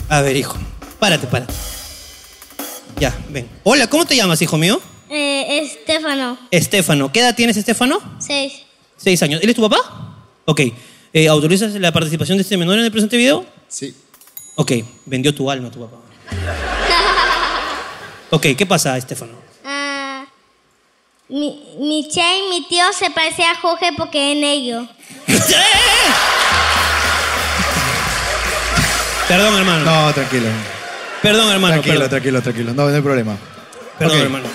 A ver, hijo. Párate, párate. Ya, ven. Hola, ¿cómo te llamas, hijo mío?
Eh, Estefano,
Estefano. ¿Qué edad tienes, Estefano?
6.
Seis años. ¿Él es tu papá? Ok. Eh, ¿Autorizas la participación de este menor en el presente video?
Sí.
Ok. Vendió tu alma tu papá. Ok, ¿qué pasa, Estefano?
Ah, mi, mi tía y mi tío se parecen a Jorge porque en ello.
Perdón, hermano.
No, tranquilo.
Perdón, hermano.
Tranquilo,
perdón.
tranquilo, tranquilo. No, no hay problema.
Perdón,
Ok.
hermano.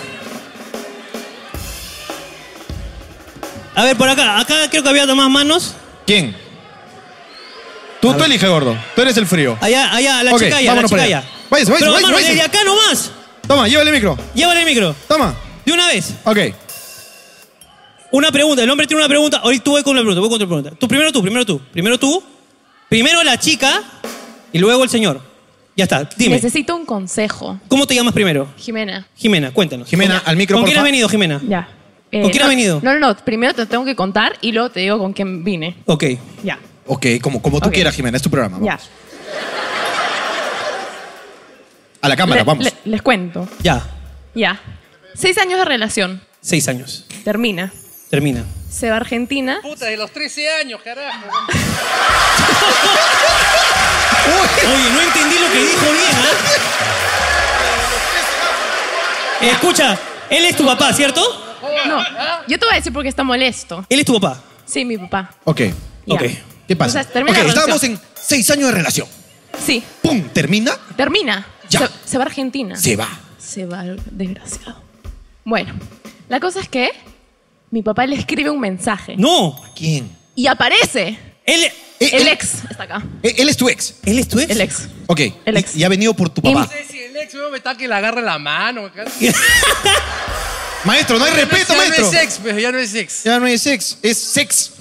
A ver, por acá. Acá creo que había más manos.
¿Quién? Tú, tú elige, gordo. Tú eres el frío.
Allá, allá, la
Ok,
chicaya, la
vámonos para
chicaya.
allá. Váyase, váyase,
Pero,
váyase,
hermano,
váyase.
desde acá nomás.
Toma, llévale el micro.
Llévale el micro.
Toma.
De una vez.
Ok.
Una pregunta. El hombre tiene una pregunta. Ahorita tú voy con la pregunta. Voy con otra pregunta. Tú primero tú, primero tú. Primero tú. Primero la chica. Y luego el señor. Ya está. Dime.
Necesito un consejo.
¿Cómo te llamas primero?
Jimena.
Jimena, cuéntanos.
Jimena, al micro,
¿Con quién
porfa.
has venido, Jimena?
Ya. Eh,
¿Con quién
no,
has venido?
No, no, no. Primero te tengo que contar y luego te digo con quién vine.
Ok.
Ya,
Ok, como, como tú
Ok.
quieras, Jimena. Es tu programa.
ya.
A la cámara,
Le-
vamos.
le- les cuento.
Ya.
Ya. Seis años de relación.
Seis años.
Termina.
Termina.
Se va a Argentina.
Puta, de los 13 años, carajo.
Oye, no entendí lo que dijo bien, ¿ah? Eh, Escucha, él es tu papá, ¿cierto?
No, yo te voy a decir porque está molesto.
Él es tu papá.
Sí, mi papá.
Ok.
Ya.
Ok. ¿Qué pasa?
O sea, termina
Ok,
la
estábamos en
relación.
seis años de relación.
Sí,
¡Pum! ¿Termina?
termina.
Ya.
Se, se va a Argentina.
Se va.
Se va, desgraciado. Bueno, la cosa es que mi papá le escribe un mensaje.
No.
¿Quién?
Y aparece.
Él,
el ex está acá.
Eh, Él es tu ex.
¿Él es tu ex?
El ex.
Ok.
El ex.
Y, y ha venido por
Em-
tu
No
papá.
sé si el ex weón, me está que le agarre la mano.
Maestro, no hay respeto,
ya
maestro.
no es ex, pero ya no es ex.
Ya no es ex, es sex.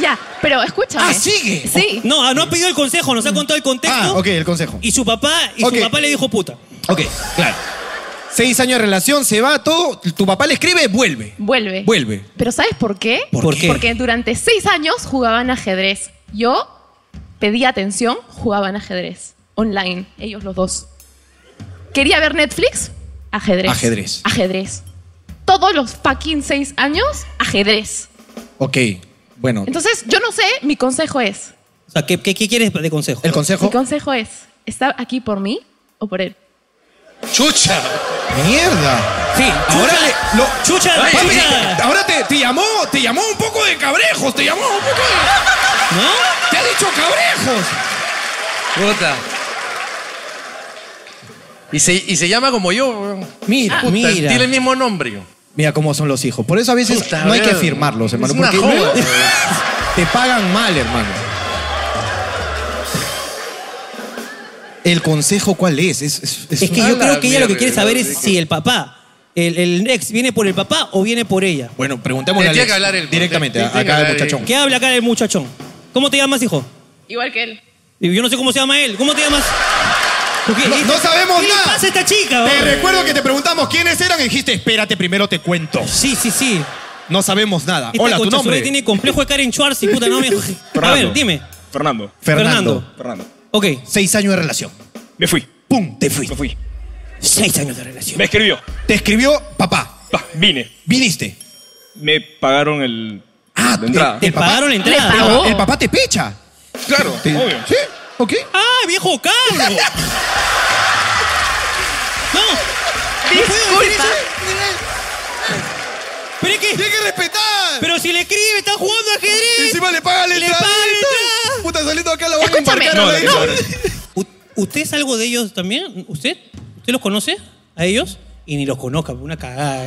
Ya, pero escúchame.
Ah, sigue.
Sí.
No, ah, no ha pedido el consejo, nos ha contado el contexto. Ah, ok,
el consejo.
Y su papá, y
Ok.
su papá le dijo puta.
Ok, claro. Seis años de relación, se va todo. Tu papá le escribe, vuelve.
Vuelve.
Vuelve.
Pero ¿sabes por qué?
¿Por qué?
Porque durante seis años jugaban ajedrez. Yo pedí atención, jugaban ajedrez. Online, ellos los dos. Quería ver Netflix, ajedrez.
Ajedrez.
Ajedrez. Todos los fucking seis años, ajedrez.
Ok, bueno.
Entonces, yo no sé, mi consejo es,
O sea, ¿qué, qué, qué quieres de consejo?
El consejo.
mi consejo es, ¿está aquí por mí o por él?
¡Chucha! ¡Mierda!
Sí,
ahora le. lo-
¡Chucha!
Papi,
¡Chucha!
te- Ahora te, te llamó, te llamó un poco de cabrejos, te llamó un poco de.
¿No?
¡Te ha dicho cabrejos!
Puta. Y se, y se llama como yo. weón.
Mira,
Puta,
mira.
Tiene el mismo nombre. yo.
Mira cómo son los hijos. Por eso a veces
Puta,
no hay que
weón.
firmarlos, hermano.
Es una
porque
joda,
luego
weón.
te pagan mal, hermano. ¿El consejo cuál es? Es, es- es-
Es que
A
yo
la
creo que ella lo que
mierda.
quiere saber es si el papá, el, el ex, viene por el papá o viene por ella.
Bueno, preguntémosle
Tendría
al ex
que hablar él,
directamente
tendría que
acá
hablar
el muchachón.
¿Qué habla acá el muchachón? ¿Cómo te llamas, hijo?
Igual que él.
Y Yo no sé cómo se llama él. ¿Cómo te llamas? Porque-
No, no sabemos
¿Qué le
nada.
pasa a esta chica?
Te
bro?
recuerdo que te preguntamos quiénes eran y dijiste, espérate, primero te cuento.
Sí, sí, sí.
No sabemos nada.
Esta
Hola, tu
Este concha su madre
nombre.
tiene complejo de Karen Schwartz y puta no me... A ver, dime.
Fernando.
Fernando.
Fernando.
Ok.
Seis años de relación.
Me fui.
¡Pum! Te fui. Me
fui.
Seis años de relación.
Me escribió.
Te escribió papá.
Pa, vine.
Viniste.
Me pagaron el. Ah, la
entrada.
Te,
pagaron la entrada.
El pa- El papá te pecha.
Claro,
Te-
obvio.
Sí, ok.
¡Ah, viejo Carlos! ¡No!
Disculpa.
Pero es que.
Tiene que respetar.
Pero si le escribe, está jugando ajedrez.
Encima le paga la
Le
entrada.
paga la
entrada. Puta, saliendo acá la van a
Escúchame.
embarcar a la
No,
hija.
¿Usted es algo de ellos también? ¿Usted? ¿Usted los conoce a ellos? Y ni los conozca, una cagada.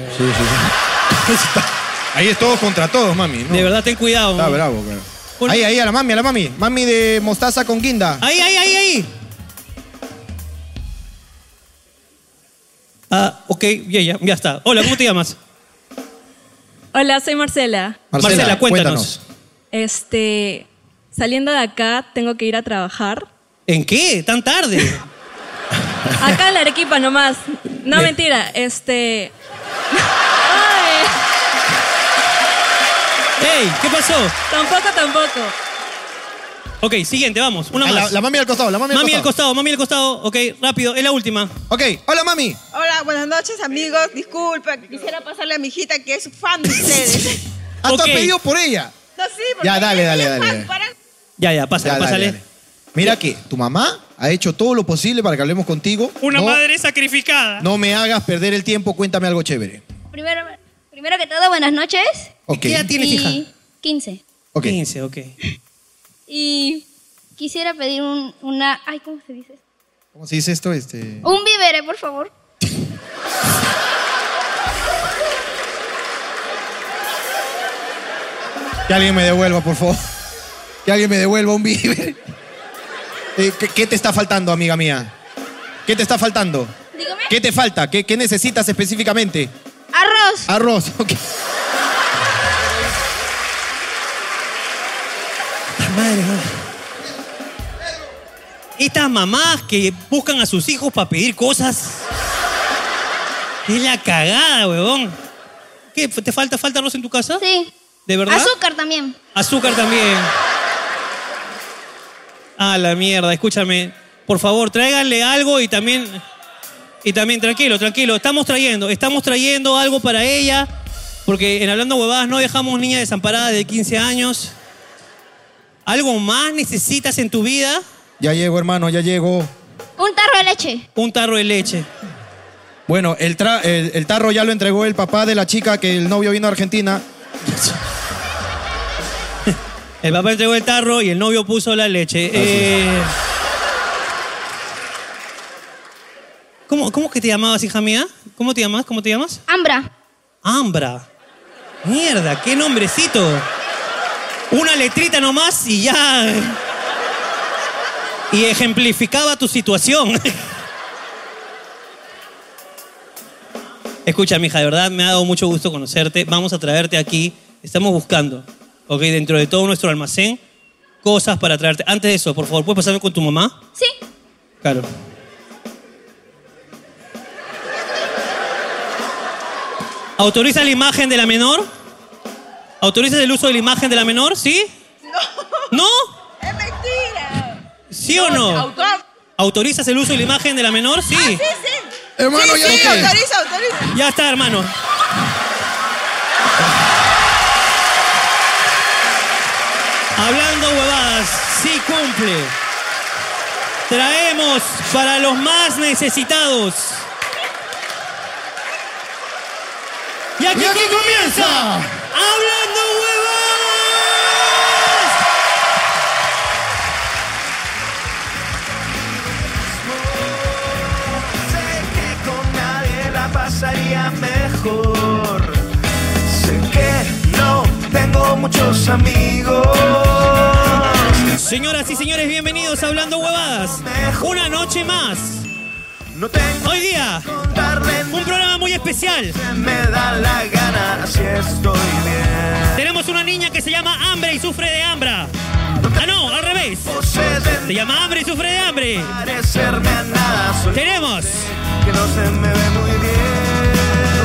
Ahí es todos contra todos, mami. ¿no?
De verdad, ten cuidado.
Está
¿no?
bravo, claro. Ahí, ahí, a la mami, a la mami. Mami de mostaza con guinda.
Ahí, ahí, ahí, ahí. Ah, ok, ya, ya, ya está. Hola, ¿cómo te llamas?
Hola, soy Marcela.
Marcela,
cuéntanos.
Este, saliendo de acá, tengo que ir a trabajar.
¿En qué? ¿Tan tarde?
Acá en la Arequipa nomás. No, mentira. Este,
¡Ey! ¿Qué pasó?
tampoco, tampoco.
Ok, siguiente, vamos. Una
A la,
más.
la mami al costado, la mami,
Mami al
al costado.
costado, mami al costado. Ok, rápido, es la última.
Ok, hola mami.
Hola, buenas noches amigos. Disculpa, quisiera pasarle a mi hijita que es fan de ustedes.
Ah, tú has
Ok.
pedido por ella.
No, sí, porque
Ya, dale, dale, dale. dale.
Ya, ya, pásale,
Ya, dale,
pásale.
dale. Mira que tu mamá ha hecho todo lo posible para que hablemos contigo.
Una
No-
madre sacrificada.
No me hagas perder el tiempo, cuéntame algo chévere.
Primero, primero que todo, buenas noches.
Ok. ¿Qué edad tienes,
Y
hija?
15.
15, ok.
Y quisiera pedir un, una... Ay, ¿cómo se dice?
¿Cómo se dice esto? Este...
Un vivere, por favor.
Que alguien me devuelva, por favor. Que alguien me devuelva un vive. Eh, ¿qué, qué te está faltando, amiga mía? ¿Qué te está faltando?
Dígame.
¿Qué te falta? ¿Qué, qué necesitas específicamente?
Arroz.
Arroz, ok.
Madre, madre. Estas mamás que buscan a sus hijos para pedir cosas. Es la cagada, huevón. ¿Qué? ¿Te falta, falta arroz en tu casa?
Sí.
¿De verdad?
Azúcar también.
Azúcar también. Ah, la mierda, escúchame. Por favor, tráiganle algo y también. Y también, tranquilo, tranquilo. Estamos trayendo, estamos trayendo algo para ella. Porque en hablando huevadas no dejamos niña desamparada de 15 años. ¿Algo más necesitas en tu vida?
Ya llego, hermano, ya llego.
Un tarro de leche.
Un tarro de leche.
Bueno, el, tra- el- el tarro ya lo entregó el papá de la chica que el novio vino a Argentina.
El papá entregó el tarro y el novio puso la leche. Eh, ¿Cómo, ¿Cómo que te llamabas, hija mía? ¿Cómo te llamas? ¿Cómo te llamas?
Ambra.
Ambra. Mierda, qué nombrecito. Una letrita nomás y ya. Y ejemplificaba tu situación. Escucha, mija, de verdad me ha dado mucho gusto conocerte. Vamos a traerte aquí. Estamos buscando, ok, dentro de todo nuestro almacén, cosas para traerte. Antes de eso, por favor, ¿puedes pasarme con tu mamá?
Sí.
Claro. ¿Autoriza la imagen de la menor? ¿Autorizas el uso de la imagen de la menor? ¿Sí? No. ¿No?
¡Es mentira!
¿Sí o no? ¿Autorizas el uso de la imagen de la menor? Sí.
Ah,
Ah,
sí, sí.
Hermano,
sí,
ya
sí,
está.
autoriza, autoriza.
Ya está, hermano. Hablando huevadas, sí cumple. Traemos para los más necesitados. Y aquí, comienza. Hablando huevadas.
Sé que con nadie la pasaría mejor. Sé que no tengo muchos amigos.
Señoras y señores, bienvenidos a Hablando Huevadas. Una noche más. Hoy día, un programa muy especial.
Me da la gana si estoy bien.
Tenemos una niña que se llama Hambre y sufre de hambre. Ah, no, al revés. Se llama Hambre y sufre de hambre. Tenemos.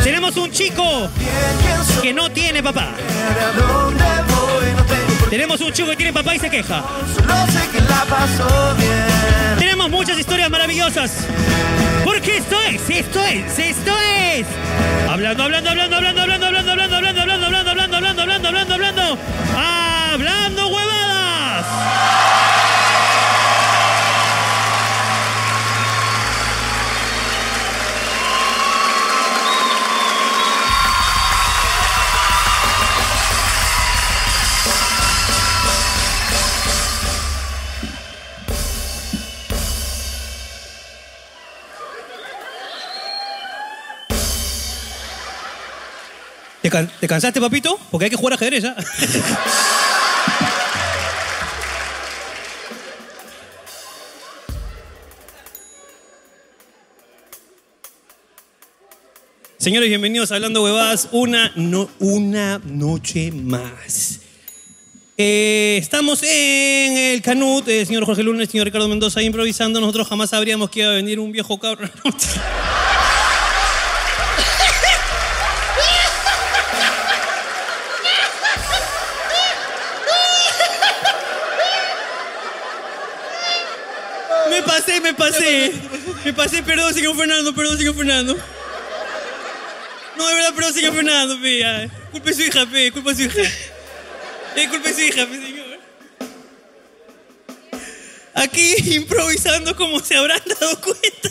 Tenemos un chico que no tiene papá. Tenemos un chico que tiene papá y se queja. Tenemos muchas historias maravillosas. Porque esto es, esto es, esto es. Hablando, hablando, hablando, hablando, hablando, hablando, hablando, hablando, hablando, hablando, hablando, hablando, hablando, hablando, hablando, hablando huevadas. ¿Te, can- te cansaste, papito? Porque hay que jugar ajedrez, ¿ah? Señores, bienvenidos a Hablando Huevadas, una, no- una noche más. Eh, estamos en el Canut, el señor Jorge Luna, el señor Ricardo Mendoza improvisando. Nosotros jamás habríamos que iba a venir un viejo cabrón. Me pasé, me pasé. Me pasé, perdón, señor Fernando, perdón, señor Fernando. No, de verdad, perdón, señor Fernando, pe. ya. Culpe a su hija, pe, culpa a su hija. Eh, culpe a su hija, pe, señor. Aquí improvisando como se habrán dado cuenta.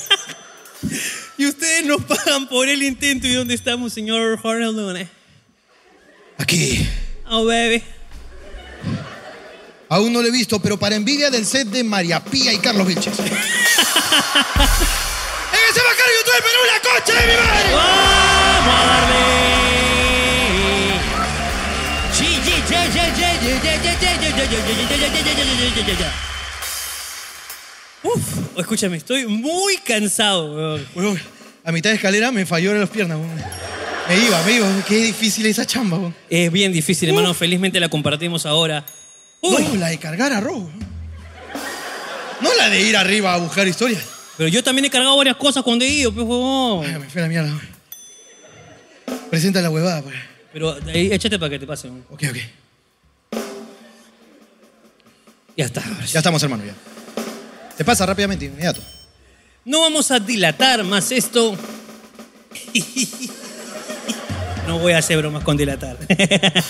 Y ustedes nos pagan por el intento. ¿Y dónde estamos, señor Jorge Luna?
Aquí.
Oh, baby.
Aún no lo he visto, pero para envidia del set de María Pía y Carlos Vilches.
¡Ese va a caer YouTube en Perú, la concha de mi madre!
¡Vamos a darle! Sí, sí, sí, sí, sí, sí, sí, sí, sí, sí, sí, sí, sí, sí, sí, sí, sí, sí, sí. Uf, escúchame, estoy muy cansado. weón.
Weón, a mitad de escalera me falló las piernas. weón. Me iba, me iba. Qué difícil esa chamba. weón.
Es bien difícil, hermano. Felizmente la compartimos ahora.
No, la de cargar arroz. weón. No la de ir arriba a buscar historias.
Pero yo también he cargado varias cosas cuando he ido, pues, huevón.
Me fue a la mierda. weón. Presenta la huevada. pues.
Pero eh, échate para que te pase. weón.
Ok, ok.
Ya está.
Ya estamos, hermano, ya. Te pasa rápidamente, inmediato.
No vamos a dilatar más esto. No voy a hacer bromas con dilatar.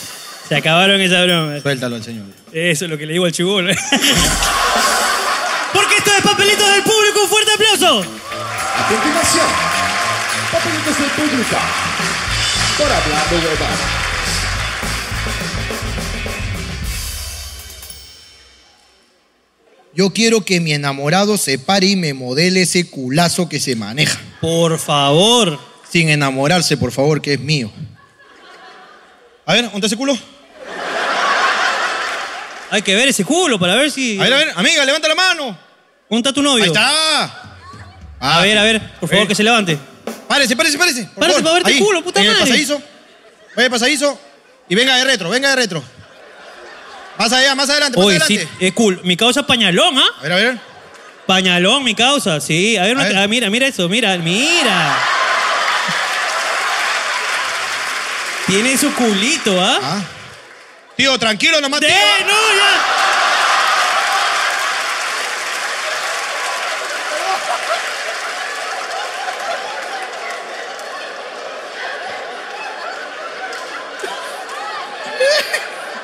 Se acabaron esas bromas.
Suéltalo al señor.
Eso es lo que le digo al chibolo. Porque esto es papelitos del público. Un fuerte aplauso.
A continuación, papelitos del público. Por hablando huevadas.
Yo quiero que mi enamorado se pare y me modele ese culazo que se maneja.
Por favor.
Sin enamorarse, por favor, que es mío. A ver, ¿dónde ese culo?
Hay que ver ese culo para ver si.
A ver, a ver, amiga, levanta la mano.
¿Dónde está tu novio?
Ahí está.
A ver, a ver, por favor, que se levante.
Eh. Párese, párese, párese. por
Párese
favor.
para verte
Ahí,
culo, puta
en el
madre.
pasadizo. Vaya al pasadizo. Y venga de retro, venga de retro. Más allá, más adelante, más
Oye, sí,
adelante.
es cool. Mi causa pañalón, ¿ah? A
ver, a ver.
Pañalón, mi causa, sí. A ver, una- ah, mira, mira eso, mira, mira. Tiene su culito, ¿ah?
Tío, tranquilo nomás.
¡Eh, no, ya!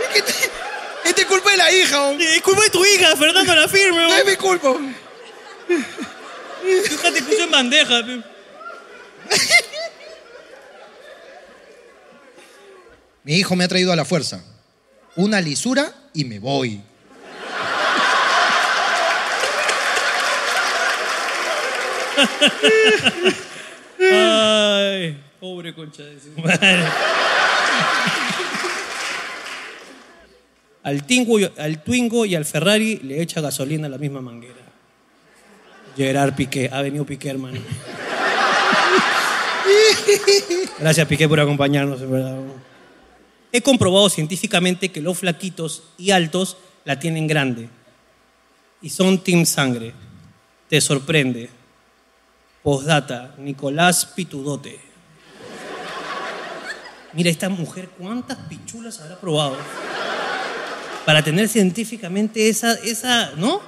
Es que te- Esta es culpa de la hija, hombre.
Es culpa de tu hija, Fernando la firme,
No es mi culpa.
Tu hija te puso en bandeja. pe.
Mi hijo me ha traído a la fuerza. Una lisura y me voy.
Ay, pobre concha de su
Ah.
madre. Al, tingo y- al Twingo y al Ferrari le echa gasolina a la misma manguera. Gerard Piqué, ha venido Piqué, hermano. Gracias, Piqué, por acompañarnos, en verdad. He comprobado científicamente que los flaquitos y altos la tienen grande. Y son Team Sangre. Te sorprende. Postdata, Nicolás Pitudote. Mira, esta mujer, ¿cuántas pichulas habrá probado? Para tener científicamente esa, esa ¿no?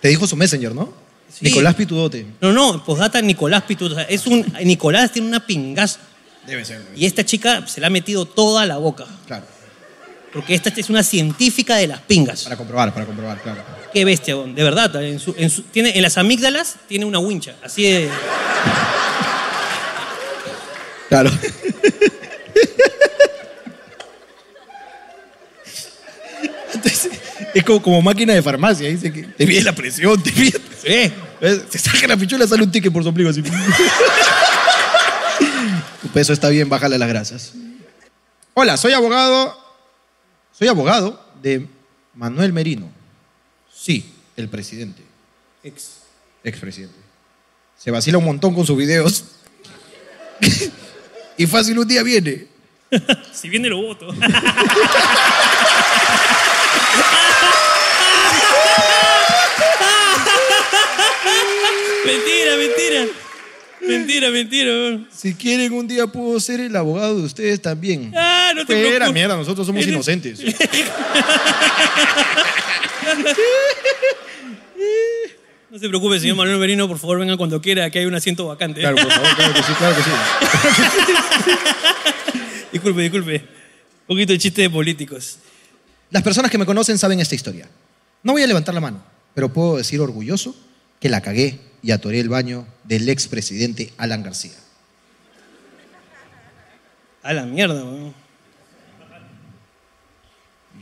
Te dijo su messenger, ¿no? Nicolás Pitudote.
No, no, postdata Nicolás Pitudote. O sea, es un, Nicolás tiene una pingaza.
Debe ser.
Y esta chica se la ha metido toda la boca.
Claro.
Porque esta es una científica de las pingas.
Para comprobar, para comprobar, claro.
Qué bestia, weón, de verdad. En, su- en su- tiene, en las amígdalas tiene una wincha. Así de.
Claro. Entonces, es como, como máquina de farmacia. Dice que te mide la presión, te mide.
Sí.
Se saca la pichula, sale un ticket por su ombligo así. tu peso está bien, bájale las grasas. Hola, soy abogado. Soy abogado de Manuel Merino. Sí, el presidente,
Ex.
expresidente. Se vacila un montón con sus videos. y fácil un día viene.
Si viene lo voto. mentira, mentira. Mentira, mentira. weón.
Si quieren, un día puedo ser el abogado de ustedes también.
Ah, no te
Fuera,
preocupes.
mierda, nosotros somos inocentes.
No se preocupe, señor Manuel Merino, por favor, venga cuando quiera, que hay un asiento vacante.
Claro, por favor, claro que sí, claro que sí.
disculpe, disculpe. Un poquito de chiste de políticos.
Las personas que me conocen saben esta historia. No voy a levantar la mano, pero puedo decir orgulloso que la cagué y atoré el baño del expresidente Alan García.
A la mierda, weón.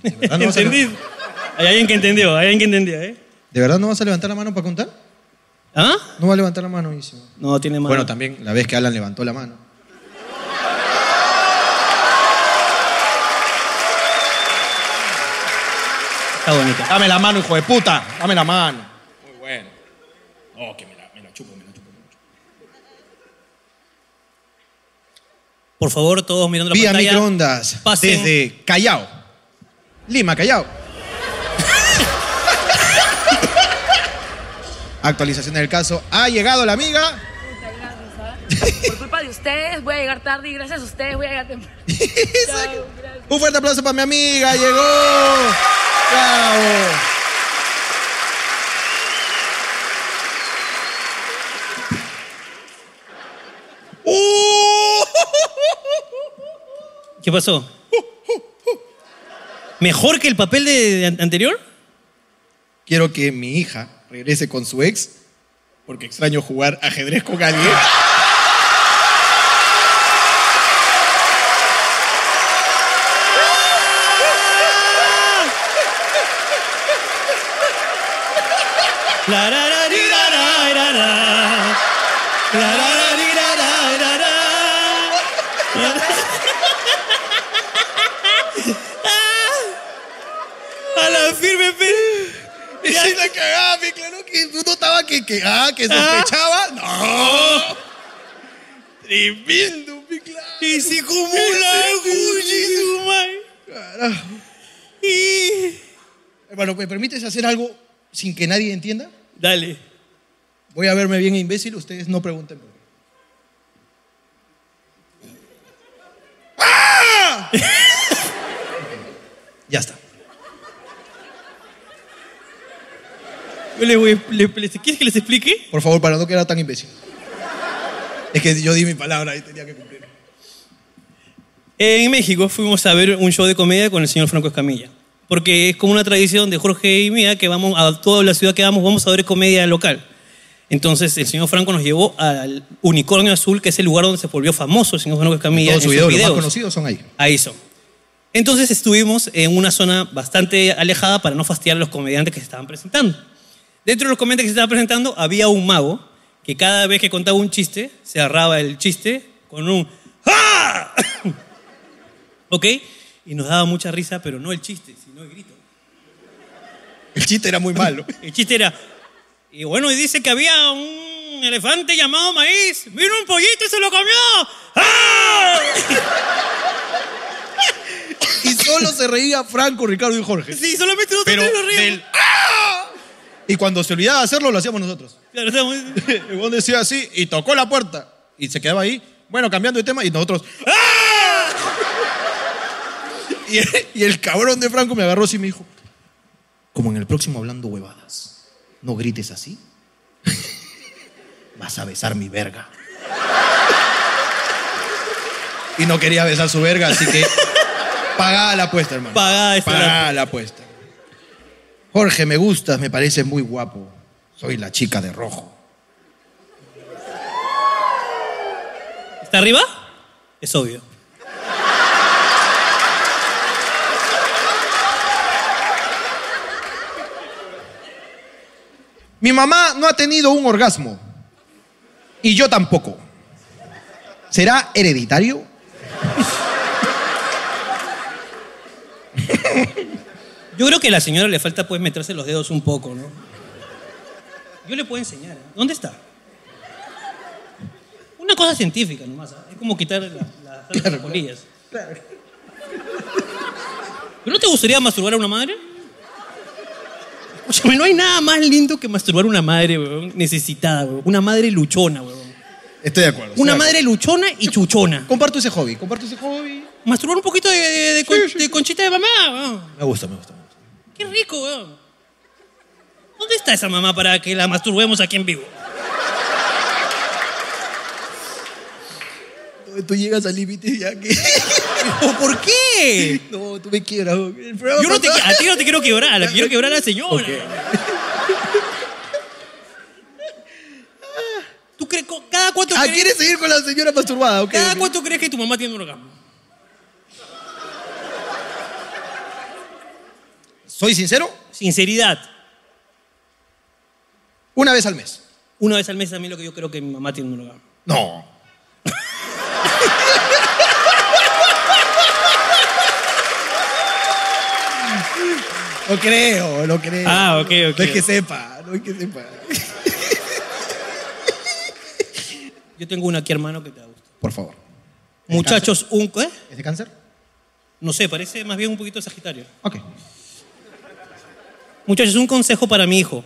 verdad no vas a-
¿Entendí? Hay alguien que entendió, hay alguien que entendió, ¿eh?
¿De verdad no vas a levantar la mano para contar?
¿Ah?
No va a levantar la mano, dice.
No, tiene mano.
Bueno, también la vez que Alan levantó la mano.
Está bonita.
Dame la mano, hijo de puta. Dame la mano.
Muy bueno. Oh, que me la, me la chupo, me la chupo.
Por favor, todos mirando la
Vía
pantalla.
microondas.
Pasen.
Desde Callao. Lima, Callao. Actualización del caso. Ha llegado la amiga.
Por culpa de ustedes voy a llegar tarde y gracias a ustedes voy a llegar temprano. Chao.
Un fuerte aplauso para mi amiga. Llegó. Bravo.
¿Qué pasó? ¿Mejor que el papel de, de an- anterior?
Quiero que mi hija regrese con su ex porque extraño jugar ajedrez con alguien.
Larararirarar. Larararirarar. A la firme, pe.
Y ahí la cagaba, me claro que tú notabas que, que, ah, que
Ah.
sospechaba.
Tremendo, mi claro. Y se como la
Carajo. Hermano, ¿me permites hacer algo sin que nadie entienda?
Dale.
Voy a verme bien imbécil, ustedes no pregunten por qué. ¡Ah! ya está.
Yo les voy a- le- le- ¿Quieres que les explique?
Por favor, para no quedar tan imbécil. Es que yo di mi palabra y tenía que cumplir.
En México fuimos a ver un show de comedia con el señor Franco Escamilla. Porque es como una tradición de Jorge y mía que vamos a toda la ciudad que vamos, vamos a ver comedia local. Entonces el señor Franco nos llevó al Unicornio Azul, que es el lugar donde se volvió famoso el señor Franco Escamilla.
Todos sus
en sus
videos, los más
videos.
conocidos son ahí.
Ahí son. Entonces estuvimos en una zona bastante alejada para no fastidiar a los comediantes que se estaban presentando. Dentro de los comediantes que se estaban presentando había un mago que cada vez que contaba un chiste, se agarraba el chiste con un ¡Ah! ¿Ok? Y nos daba mucha risa, pero no el chiste, sino el grito.
El chiste era muy malo.
El chiste era... Y bueno, y dice que había un elefante llamado maíz. ¡Vino un pollito y se lo comió! ¡Ah!
Y solo se reía Franco, Ricardo y Jorge.
Sí, solamente nosotros
Pero
nos reíamos.
del- ¡Ah! Y cuando se olvidaba de hacerlo, lo hacíamos nosotros.
Claro, estábamos-
El huevón decía así y tocó la puerta. Y se quedaba ahí, bueno, cambiando de tema, y nosotros. ¡Ah! Y, y el cabrón de Franco me agarró así y me dijo: Como en el próximo hablando huevadas, no grites así. Vas a besar mi verga. y no quería besar su verga, así que pagada la apuesta, hermano.
Pagada esta
Pagada la apuesta. Jorge, me gustas, me pareces muy guapo. Soy la chica de rojo.
¿Está arriba? Es obvio.
Mi mamá no ha tenido un orgasmo. Y yo tampoco. ¿Será hereditario?
Yo creo que a la señora le falta pues meterse los dedos un poco, ¿no? Yo le puedo enseñar. ¿eh? ¿Dónde está? Una cosa científica nomás. ¿ah? Es como quitar la- la- las colillas. ¿Pero no te gustaría masturbar a una madre? Escúchame, no hay nada más lindo que masturbar a una madre weón, necesitada, weón. Una madre luchona, weón.
Estoy de acuerdo.
Una madre luchona y chuchona.
Comparto ese hobby, comparto ese hobby.
Masturbar un poquito de, de- de con- de conchita de mamá, weón.
Me gusta, me gusta.
Qué rico, weón. ¿Dónde está esa mamá para que la masturbemos aquí en vivo?
Tú llegas al límite ya que.
¿Por qué?
No, tú me quiebras.
Yo no te, qui- a ti no te quiero quebrar, la quiero quebrar a la señora. ¿Tú crees co- cada cuánto
Ah,
crees-
¿quieres seguir con la señora masturbada? Ok,
cada
ok.
cuánto crees que tu mamá tiene un orgasmo?
¿Soy sincero?
Sinceridad.
Una vez al mes.
Una vez al mes también lo que yo creo que mi mamá tiene un orgasmo.
No. No creo, no creo.
Ah, ok, ok.
No es que sepa, no es que sepa.
Yo tengo una aquí, hermano, que te gusta.
Por favor.
Muchachos, un ¿eh?
¿Es de cáncer?
No sé, parece más bien un poquito Sagitario.
Ok.
Muchachos, un consejo para mi hijo.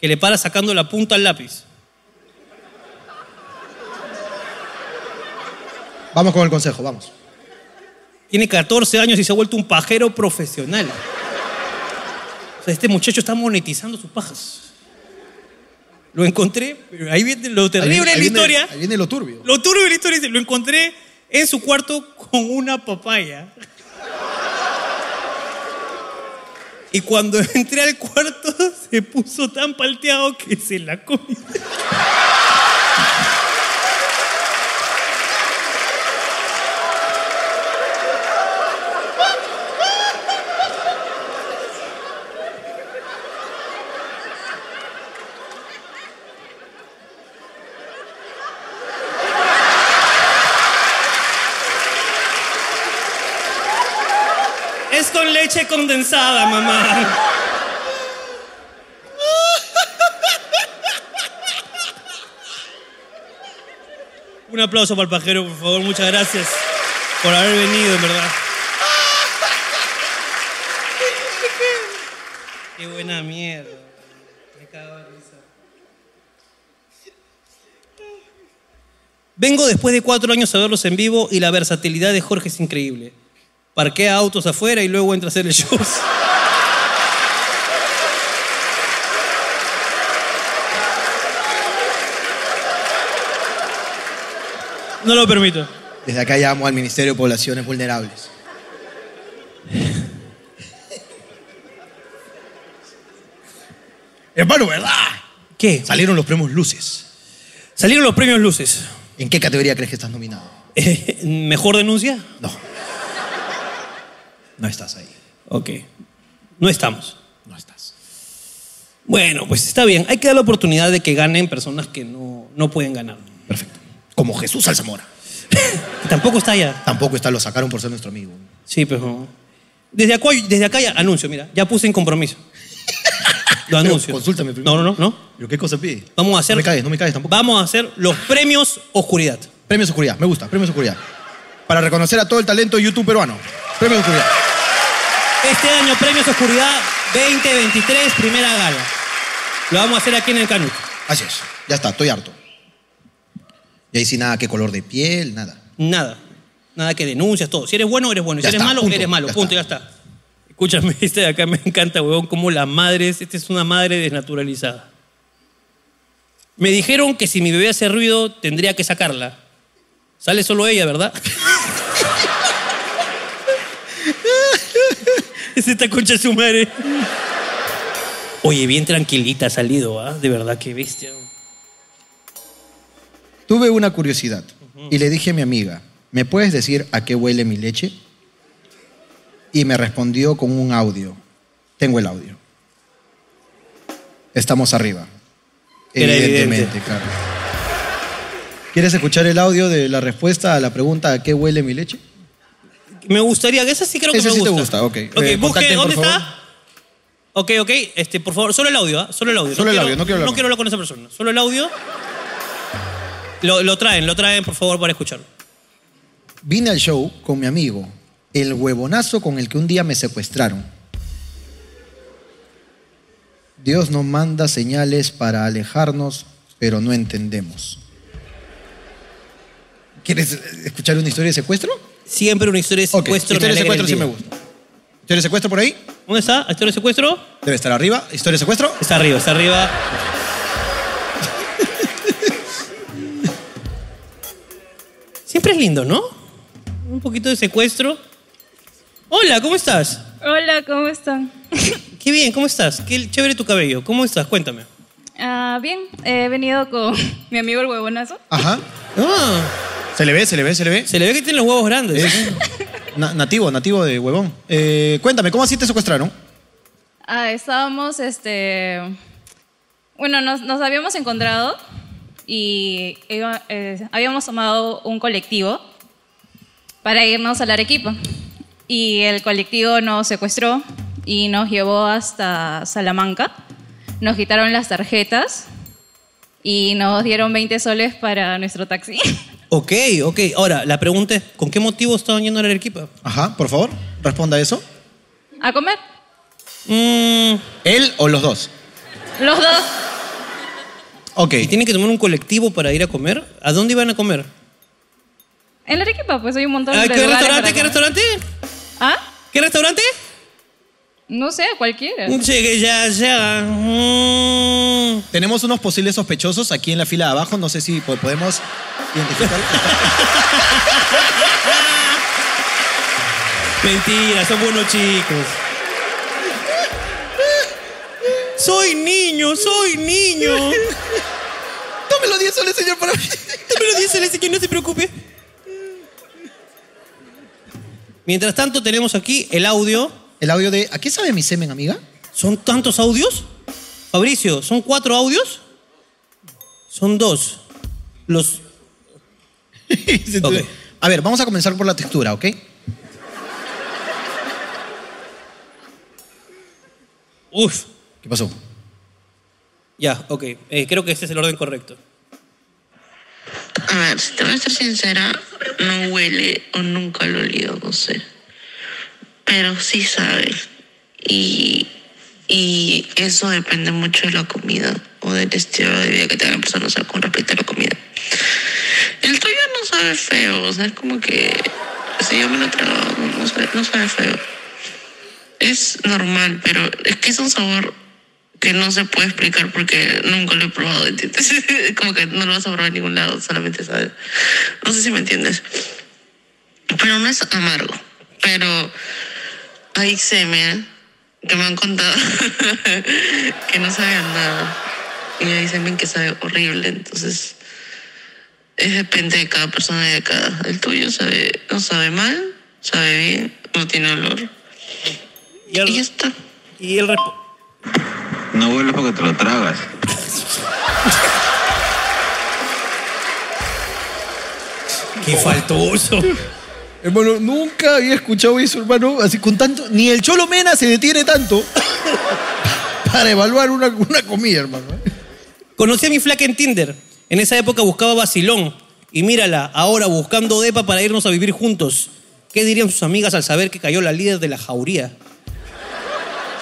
Que le para sacando la punta al lápiz.
Vamos con el consejo, vamos.
Tiene 14 años y se ha vuelto un pajero profesional. O sea, este muchacho está monetizando sus pajas. Lo encontré, pero ahí viene lo terrible de la
Ahí viene-
historia.
Ahí viene lo turbio.
Lo turbio de la historia dice, lo encontré en su cuarto con una papaya. Y cuando entré al cuarto se puso tan palteado que se la comió. Es con leche condensada, mamá. Una Un aplauso para el pajero, por favor. Muchas gracias por haber venido, en verdad. Qué buena mierda. Me cago de risa. Vengo después de cuatro años a verlos en vivo y la versatilidad de Jorge es increíble. Parquea autos afuera y luego entra a hacer el show. No lo permito.
Desde acá llamo al Ministerio de Poblaciones Vulnerables. Hermano, ¿verdad?
¿Qué?
Salieron los premios Luces.
Salieron los premios Luces.
¿En qué categoría crees que estás nominado?
¿Mejor denuncia?
No. No estás ahí.
Ok. No estamos. No estás. Bueno, pues está bien. Hay que dar la oportunidad de que ganen personas que no, no pueden ganar.
Perfecto. Como Jesús Alzamora.
Tampoco está allá.
Tampoco está, lo sacaron por ser nuestro amigo.
Sí, pero. Desde acá, desde acá ya anuncio, mira, ya puse en compromiso. Lo anuncio.
Consúltame
No, no, no, no.
¿Pero qué cosa pide?
Vamos a hacer.
No me caes, no me caes tampoco.
Vamos a hacer los premios Oscuridad.
Premios Oscuridad, me gusta, Premios Oscuridad. Para reconocer a todo el talento de YouTube peruano. Premios Oscuridad.
Este año, Premios Oscuridad 2023, primera gala. Lo vamos a hacer aquí en el Canut.
Así es, ya está, estoy harto. Y ahí sí nada, qué color de piel, nada.
Nada. Nada que denuncias, todo. Si eres bueno, eres bueno. Y Si
Ya
eres
está,
malo,
punto,
eres malo.
ya
punto, ya está. Escúchame, este de acá me encanta, huevón, como las madres. Esta es una madre desnaturalizada. Me dijeron que si mi bebé hace ruido, tendría que sacarla. Sale solo ella, ¿verdad? es esta concha de su madre. Oye, bien tranquilita ha salido, ¿ah? De verdad, qué bestia.
Tuve una curiosidad y le dije a mi amiga, ¿me puedes decir a qué huele mi leche? Y me respondió con un audio. Tengo el audio. Estamos arriba.
Era
Evidentemente,
evidente.
claro. ¿Quieres escuchar el audio de la respuesta a la pregunta ¿a qué huele mi leche?
Me gustaría, esa sí creo que
Ese
me
sí te
gusta.
gusta, ok.
Ok,
Eh,
busque,
contacten, por
¿dónde
favor.
está? Ok, ok, este, por favor, solo el audio, ¿ah? Solo el audio.
Solo el audio, no quiero hablar
No
más.
quiero hablar con esa persona, solo el audio. Lo, lo traen, lo traen, por favor, para escucharlo.
Vine al show con mi amigo, el huevonazo con el que un día me secuestraron. Dios nos manda señales para alejarnos, pero no entendemos. ¿Quieres escuchar una historia de secuestro?
Siempre una historia de
Ok,
secuestro.
historia de
me alegra
secuestro sí
el
me
día.
gusta. ¿Historia de secuestro por ahí?
¿Dónde está? ¿Historia de secuestro?
Debe estar arriba. ¿Historia de secuestro?
Está arriba, está arriba. Siempre es lindo, ¿no? Un poquito de secuestro. Hola, ¿cómo estás?
Hola, ¿cómo están?
Qué bien, ¿cómo estás? Qué chévere tu cabello. ¿Cómo estás? Cuéntame.
Ah, bien, he venido con mi amigo el huevonazo.
Ajá. Se le ve, se le ve, se le ve.
Se le ve que tiene los huevos grandes.
nativo, nativo de huevón. Eh, cuéntame, ¿cómo así te secuestraron?
Ah, estábamos, este... Bueno, nos, nos habíamos encontrado y iba- eh, habíamos tomado un colectivo para irnos a la Arequipa. Y el colectivo nos secuestró y nos llevó hasta Salamanca. Nos quitaron las tarjetas y nos dieron 20 soles para nuestro taxi.
Ok, ok. Ahora, la pregunta es, ¿con qué motivo estaban yendo a la Arequipa?
Ajá, por favor, responda eso.
¿A comer?
Mm.
¿Él o los dos?
Los dos.
Ok.
¿Y tienen que tomar un colectivo para ir a comer? ¿A dónde iban a comer?
En la Arequipa, pues hay un montón
Ah,
de
¿Qué
lugares
restaurante?
para
¿Qué
comer.
restaurante?
¿Ah?
¿Qué restaurante?
No sé, cualquiera.
Llegué ya, ya. Mm.
Tenemos unos posibles sospechosos aquí en la fila de abajo. No sé si po- podemos identificar.
Mentira, son buenos chicos. Soy niño, soy niño.
Tome los 10 soles, señor, para mí.
Tome los 10 soles, señor, no se preocupe. Mientras tanto, tenemos aquí el audio.
El audio de. ¿A qué sabe mi semen, amiga?
¿Son tantos audios? Fabricio, ¿son cuatro audios? Son dos. Los. Ok.
A ver, vamos a comenzar por la textura, ¿ok?
Uf.
¿Qué pasó?
Ya, ok. Eh, creo que este es el orden correcto.
a ver, si te voy a ser sincera, no huele o nunca lo he olido, no sé. Pero sí sabe. Y, y eso depende mucho de la comida o del estilo de vida que tenga la persona, o sea, con respecto a la comida. El tuyo no sabe feo, o sea, es como que si yo me lo trago, no sabe, no sabe feo. Es normal, pero es que es un sabor que no se puede explicar porque nunca lo he probado, ¿entiendes? Como que no lo vas a probar en ningún lado, solamente sabes. No sé si me entiendes. Pero no es amargo, pero hay semen que me han contado que no sabe a nada. Y hay semen que sabe horrible, entonces es depende de cada persona y de cada. El tuyo sabe, no sabe mal, sabe bien, no tiene olor.
Y, el, ya
está.
Y el rep-
No vuelves porque te lo tragas.
Qué faltoso.
Hermano, nunca había escuchado eso, hermano. Así con tanto. Ni el Cholo Mena se detiene tanto para evaluar una, una comida, hermano. ¿eh?
Conocí a mi flaca en Tinder. En esa época buscaba vacilón. Y mírala, ahora buscando depa para irnos a vivir juntos. ¿Qué dirían sus amigas al saber que cayó la líder de la jauría?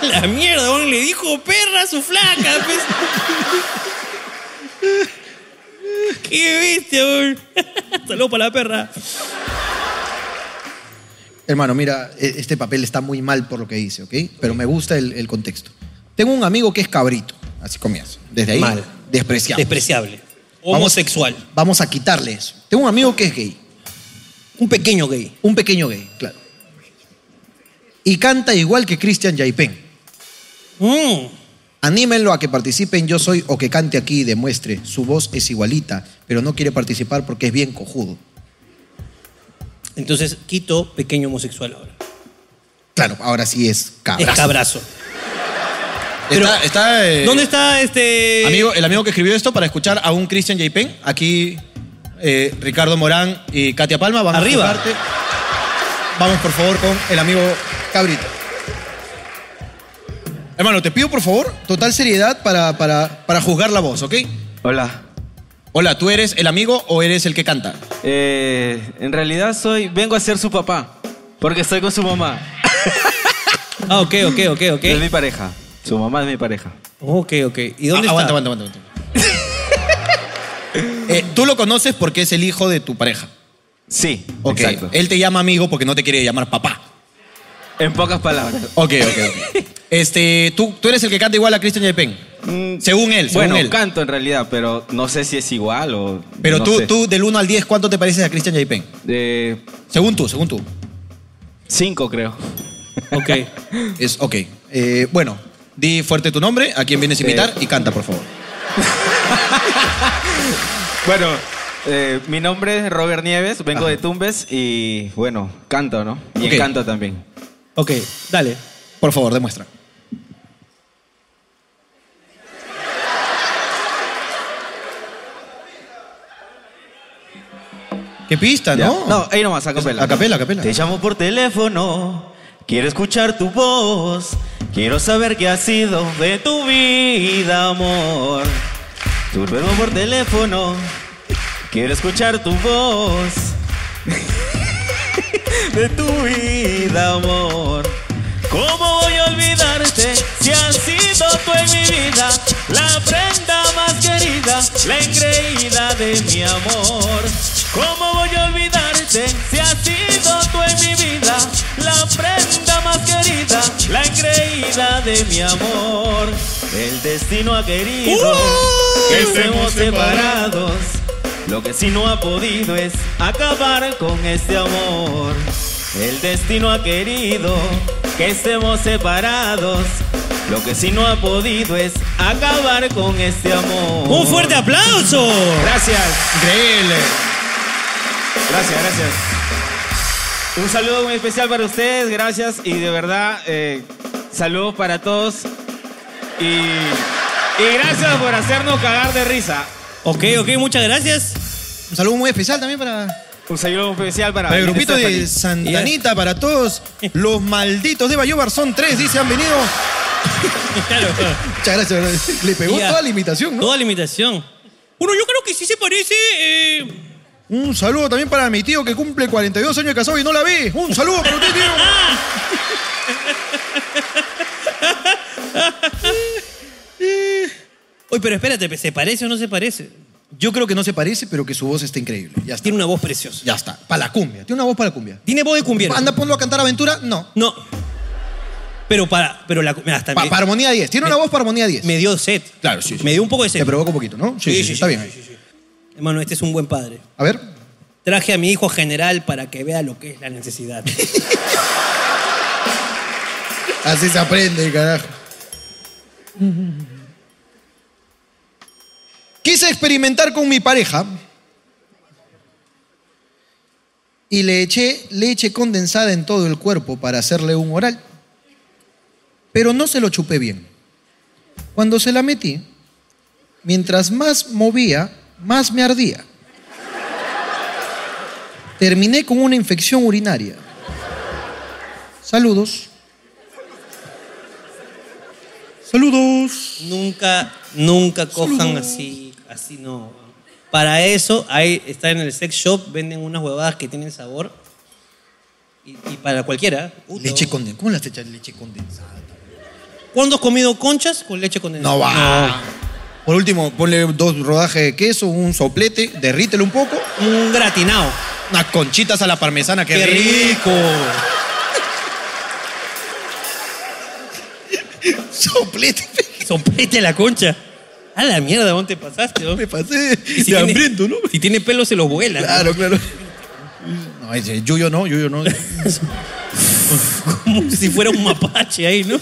La mierda, weón, le dijo perra a su flaca. pues. Qué bestia, weón. Saludos para la perra.
Hermano, mira, e- este papel está muy mal por lo que dice, ¿ok? Pero me gusta el, el contexto. Tengo un amigo que es cabrito. Así comienza. Desde ahí.
Mal.
Despreciable.
Despreciable. Homosexual.
Vamos, vamos a quitarle eso. Tengo un amigo que es gay.
Un pequeño gay.
Un pequeño gay, claro. Y canta igual que Christian Yaipen.
Mm.
Anímenlo a que participen Yo Soy o que cante aquí y demuestre. Su voz es igualita, pero no quiere participar porque es bien cojudo.
Entonces, quito pequeño homosexual ahora.
Claro, ahora sí es cabrazo.
Es cabrazo.
Está- está, eh,
¿Dónde está este...?
Amigo, el amigo que escribió esto para escuchar a un Christian Yaipen, aquí eh, Ricardo Morán y Katia Palma van
Arriba.
a jugarte. Vamos por favor con el amigo Cabrito. Hermano, te pido por favor total seriedad para, para, para juzgar la voz, ¿ok?
Hola.
Hola, ¿tú eres el amigo o eres el que canta?
Eh, en realidad soy, vengo a ser su papá, porque estoy con su mamá.
ah, ok, ok, ok, ok.
Es mi pareja. Su mamá es mi pareja.
Ok, ok. ¿Y dónde está?
Ah, Aguanta, aguanta, aguanta. aguanta. Eh, Tú lo conoces porque es el hijo de tu pareja.
Sí,
Ok.
exacto.
Él te llama amigo porque no te quiere llamar papá.
En pocas palabras.
Ok, ok, ok. Este, tú, tú eres el que canta igual a Christian Yepen. según él, según
Mm. bueno,
él.
canto en realidad, pero no sé si es igual o.
Pero
no
tú,
sé.
tú, del 1 al 10, ¿cuánto te pareces a Christian Yepen?
Eh,
Según tú, según tú.
cinco, creo.
Ok.
Es, ok. Eh, bueno, di fuerte tu nombre, a quién vienes a invitar y canta, por favor.
Bueno, eh, mi nombre es Robert Nieves, vengo de Tumbes y bueno, canto, ¿no? Y
Ok.
canto también.
Ok, dale.
Por favor, demuestra. ¿Qué pista,
Ya.
no?
No, ahí nomás, a capela.
A capela, a capela.
Te llamo por teléfono, quiero escuchar tu voz, quiero saber qué ha sido de tu vida, amor. Te vuelvo por teléfono, quiero escuchar tu voz de tu vida, amor.
¿Cómo voy a olvidarte si has sido tú en mi vida la prenda más querida, la engreída de mi amor? ¿Cómo voy a olvidarte si has sido tú en mi vida la prenda más querida, la engreída de mi amor?
El destino ha querido
que
que
estemos
estemos
separados.
separados. Lo que sí no ha podido es acabar con este amor. El destino ha querido que estemos separados. Lo que sí no ha podido es acabar con este amor.
¡Un fuerte aplauso!
Gracias.
Increíble.
Gracias, gracias. Un saludo muy especial para ustedes, gracias y de verdad, eh, saludos para todos. Y, y gracias por hacernos cagar de risa.
Ok, ok, muchas gracias.
Un saludo muy especial también para...
Un saludo especial para...
Para el grupito de
Stephanie.
Santanita, para todos los malditos de Bayobar, son tres, dice, han venido. Muchas gracias, hermano. Le pegó
Ya.
toda la imitación, ¿no?
Toda limitación. Bueno, yo creo que sí se parece eh,
Un saludo también para mi tío que cumple 42 años de casado y no la vi. Un saludo para usted, tío.
Eh. Oye, pero espérate, ¿se parece o no se parece?
Yo creo que no se parece, pero que su voz está increíble. Ya está.
Tiene una voz preciosa.
Ya está. Para la cumbia. Tiene una voz para la cumbia.
¿Tiene voz de cumbiero?
Anda, ponlo a cantar aventura. No.
No. Pero para. Pero la, mira, hasta
Pa-
me-
para armonía 10. Tiene una voz para armonía 10.
Me dio set.
Claro, sí. sí.
Me dio un poco de sed.
Te provoca un poquito, ¿no? Sí, sí, sí, está bien.
sí, sí. Hermano, este es un buen padre.
A ver.
Traje a mi hijo a general para que vea lo que es la necesidad.
Así se aprende, carajo. Quise experimentar con mi pareja y le eché leche condensada en todo el cuerpo para hacerle un oral, pero no se lo chupé bien. Cuando se la metí, mientras más movía, más me ardía. Terminé con una infección urinaria. Saludos. Saludos.
nunca, nunca cojan así, así no. Para eso, ahí está en el sex shop, venden unas huevadas que tienen sabor. Y, y para cualquiera. ¿eh?
Leche condensada. ¿Cómo las echas leche condensada?
¿Cuándo has comido conchas con leche condensada?
No va. Por último, ponle dos rodajes de queso, un soplete, derrítelo un poco.
Un gratinado.
Unas conchitas a la parmesana, qué,
¡Qué rico!
soplete.
Soplete la concha. A la mierda, ¿dónde te pasaste? ¿no? Me
pasé
si
de
tiene-
hambriento, ¿no?
Si tiene pelo, se lo vuela.
Claro, claro. No, ese, Yuyo no, Yuyo no.
Como si fuera un mapache ahí, ¿no?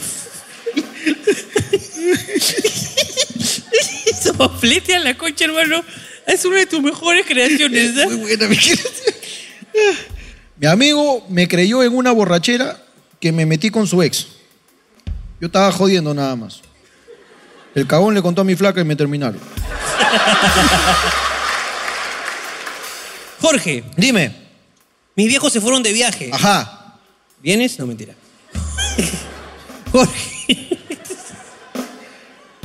Soplete a la concha, hermano. Es una de tus mejores creaciones. ¿eh? Muy
buena, mi Mi amigo me creyó en una borrachera que me metí con su ex. Yo estaba jodiendo nada más. El cagón le contó a mi flaca y me terminaron.
Jorge.
Dime.
Mis viejos se fueron de viaje.
Ajá.
¿Vienes? No, mentira.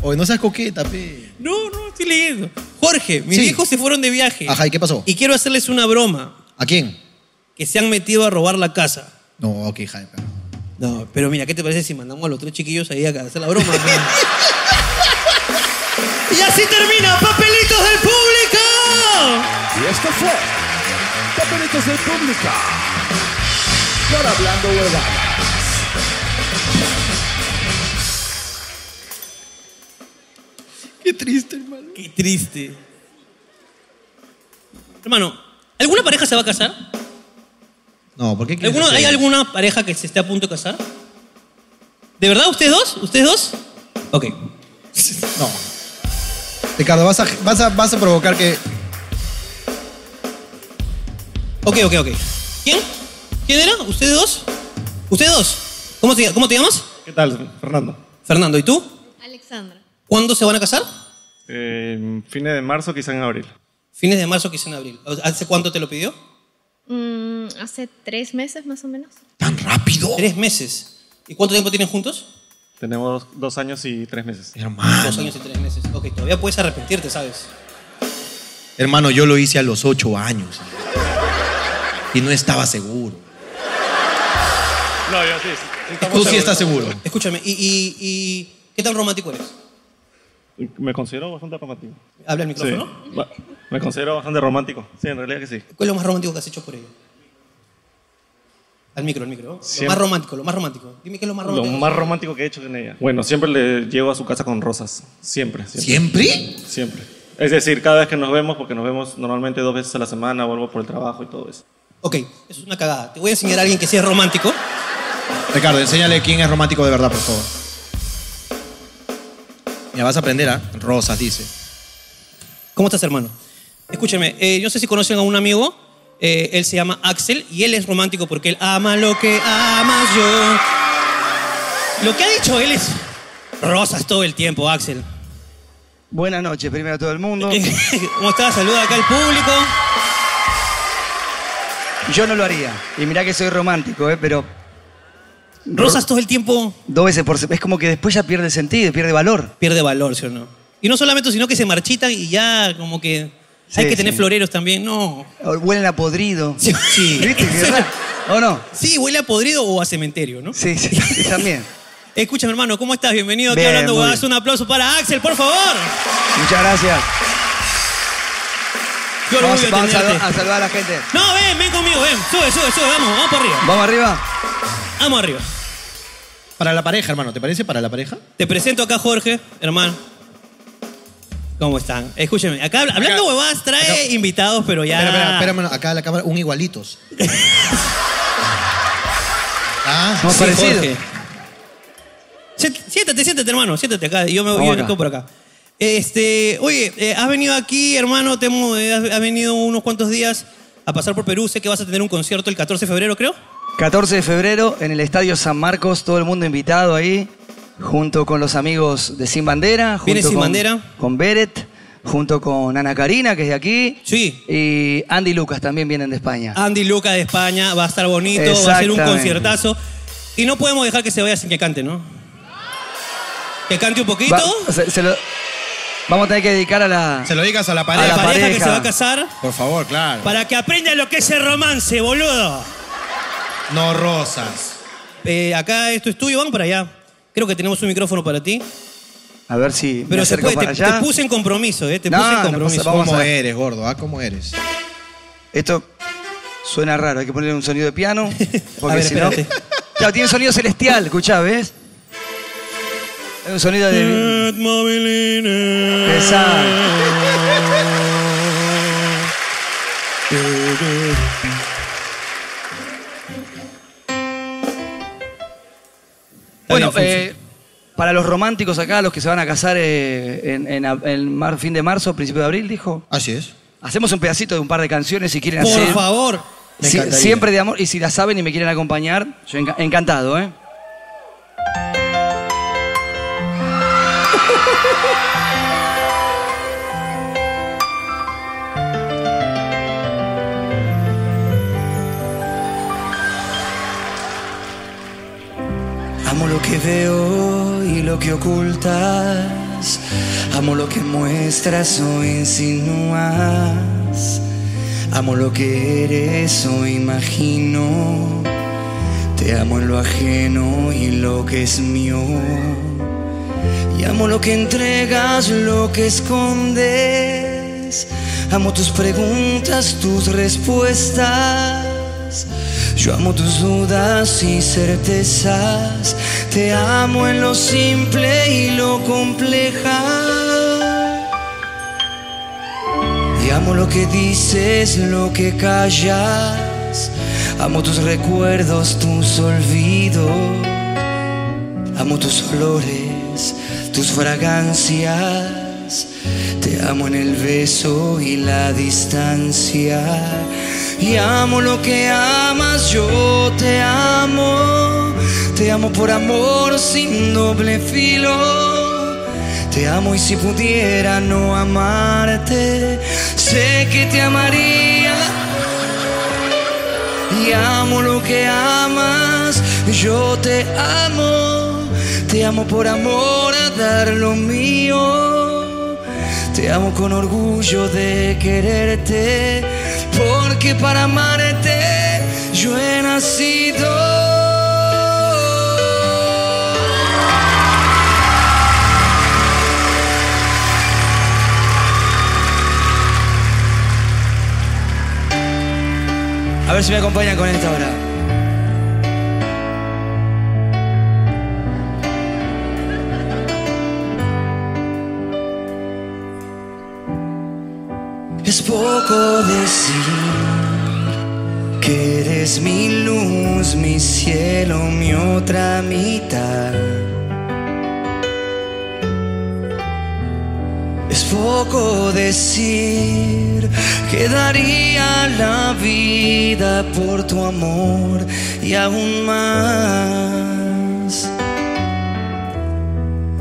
Oye, no seas coqueta, pe.
No, no, estoy leyendo. Jorge, mis
Sí.
viejos se fueron de viaje.
Ajá, ¿y qué pasó?
Y quiero hacerles una broma.
¿A quién?
Que se han metido a robar la casa.
No, qué hija de perra.
No, pero mira, ¿qué te parece si mandamos a los tres chiquillos ahí a hacer la broma? y así termina Papelitos del Público.
Y esto fue Papelitos del Público. Por hablando huevadas.
Qué triste, hermano.
Qué triste. Hermano, ¿alguna pareja se va a casar?
No, ¿por qué quieres
¿Alguno-
hacer
¿Hay
eso?
alguna pareja que se esté a punto de casar? ¿De verdad? ¿Ustedes dos? ¿Ustedes dos? Ok.
No. Ricardo, vas a, vas a, vas a provocar que.
Ok, ok, ok. ¿Quién? ¿Quién era? ¿Ustedes dos? ¿Ustedes dos? ¿Cómo te, cómo te llamas?
¿Qué tal, Fernando?
Fernando, ¿y tú?
Alexandra.
¿Cuándo se van a casar?
Eh, fines de marzo, quizá en abril.
Fines de marzo, quizá en abril. O sea, ¿Hace cuánto te lo pidió?
Mm, hace tres meses más o menos.
Pido. Tres meses. ¿Y cuánto tiempo tienen juntos?
Tenemos dos años y tres meses.
Hermano.
Dos años y tres meses. Ok, todavía puedes arrepentirte, ¿sabes?
Hermano, yo lo hice a los ocho años. Y no estaba seguro.
No, yo sí.
Tú sí estás seguro.
Escúchame, ¿y, y, y qué tan romántico eres?
Me considero bastante romántico.
Habla el micrófono.
Sí. Ba- Me considero bastante romántico. Sí, en realidad que sí.
¿Cuál es lo más romántico que has hecho por ella? Al micro, al micro. Lo
Siempre.
más romántico, lo más romántico. Dime qué es lo más
Lo
romántico.
más romántico que he hecho con ella. Bueno, siempre le llego a su casa con rosas. Siempre.
¿Siempre?
Siempre. Es decir, cada vez que nos vemos, porque nos vemos normalmente dos veces a la semana, vuelvo por el trabajo y todo eso.
Ok, eso es una cagada. Te voy a enseñar a alguien que sí es romántico.
Ricardo, enséñale quién es romántico de verdad, por favor. Mira, vas a aprender, ¿ah? Rosas, dice.
¿Cómo estás, hermano? Escúchame, eh, yo no sé si conocen a un amigo, eh, él se llama Axel y él es romántico porque él ama lo que amas yo. Lo que ha dicho él es rosas todo el tiempo, Axel.
Buenas noches, primero a todo el mundo.
¿Cómo estás? Saluda acá al público.
Yo no lo haría. Y mirá que soy romántico, ¿eh? pero.
Rosas todo el tiempo.
Dos veces por semana. Es como que después ya pierde sentido, pierde valor.
Pierde valor, ¿sí o no? Y no solamente, sino que se marchitan y ya como que Hay
Sí,
que tener
sí.
floreros también, no.
Huelen a podrido. Sí. ¿Viste? Que es raro.
¿O no? Sí, huele a podrido o a cementerio, ¿no? Sí, sí, también. Escúchame, hermano, ¿cómo estás? Bienvenido aquí
Bien,
hablando
muy
Huevadas. Un aplauso para Axel, por favor.
Muchas gracias.
Qué orgullo
Vamos, vamos a,
tenerte.
saludar- a saludar a la gente.
No, ven, ven conmigo, ven. Sube, sube, sube, vamos, vamos para arriba.
¿Vamos arriba?
Vamos arriba.
Para la pareja, hermano, ¿te parece? Para la pareja.
Te presento acá a Jorge, hermano. ¿Cómo están? Escúchame, acá habla- hablando huevadas trae invitados, pero Oh, ya.
Espera, espera, espera, hermano. Acá a la cámara, un igualitos. ah,
Sí, Jorge. Siént- Siéntate, siéntate, hermano. Siéntate acá. Yo me voy yo
Vamos
me
acá.
quedo por acá. Este, oye, eh, has venido aquí, hermano. Te hemos- eh, has, has venido unos cuantos días a pasar por Perú. Sé que vas a tener un concierto el 14 de febrero, creo.
14 de febrero en el Estadio San Marcos, todo el mundo invitado ahí, junto con los amigos de Sin Bandera, junto
Viene Sin
con,
Bandera.
con Beret, junto con Ana Karina, que es de aquí,
sí.
y Andy y Lucas también vienen de España.
Andy Luca de España. Va a estar bonito. Va a ser un
Exactamente.
conciertazo. Y no podemos dejar que se vaya sin que cante, ¿no? Que cante un poquito.
Va- se- se lo- vamos a tener que dedicar a la... Se
lo digas a la
pareja. A la pareja que se va a casar.
Por favor, claro.
Para que aprenda lo que es el romance, boludo.
No rosas.
Eh, acá esto es tuyo, vamos para allá. Creo que tenemos un micrófono para ti.
A ver si me
Pero se
acerco
puede,
para
te,
allá.
te puse en compromiso, ¿eh? Te
No,
puse en
no
compromiso.
pasa- vamos
¿Cómo
a ver.
eres, gordo? Ah, ¿cómo eres?
Esto suena raro, hay que ponerle un sonido de piano, porque
A ver,
si no...
espérate.
Claro, tiene sonido celestial, escuchá, ¿ves? Es un sonido de... Bueno, eh, para los románticos acá, los que se van a casar eh, en, en ab- en mar- fin de marzo, principio de abril, dijo.
Así es.
Hacemos un pedacito de un par de canciones si quieren
Por
hacer.
favor. Me
Si-
encantaría.
siempre de amor. Y si la saben y me quieren acompañar, yo enca- encantado, ¿eh?
Amo lo que veo y lo que ocultas. Amo lo que muestras o insinúas. Amo lo que eres o imagino. Te amo en lo ajeno y lo que es mío. Y amo lo que entregas, lo que escondes. Amo tus preguntas, tus respuestas. Yo amo tus dudas y certezas, te amo en lo simple y lo compleja. Y amo lo que dices, lo que callas, amo tus recuerdos, tus olvidos, amo tus flores, tus fragancias, te amo en el beso y la distancia. Y amo lo que amas, yo te amo. Te amo por amor sin doble filo. Te amo y si pudiera no amarte, sé que te amaría. Y amo lo que amas, yo te amo. Te amo por amor a dar lo mío. Te amo con orgullo de quererte, porque para amarte yo he nacido.
A ver si me acompañan con esta hora.
Es poco decir que eres mi luz, mi cielo, mi otra mitad. Es poco decir que daría la vida por tu amor y aún más.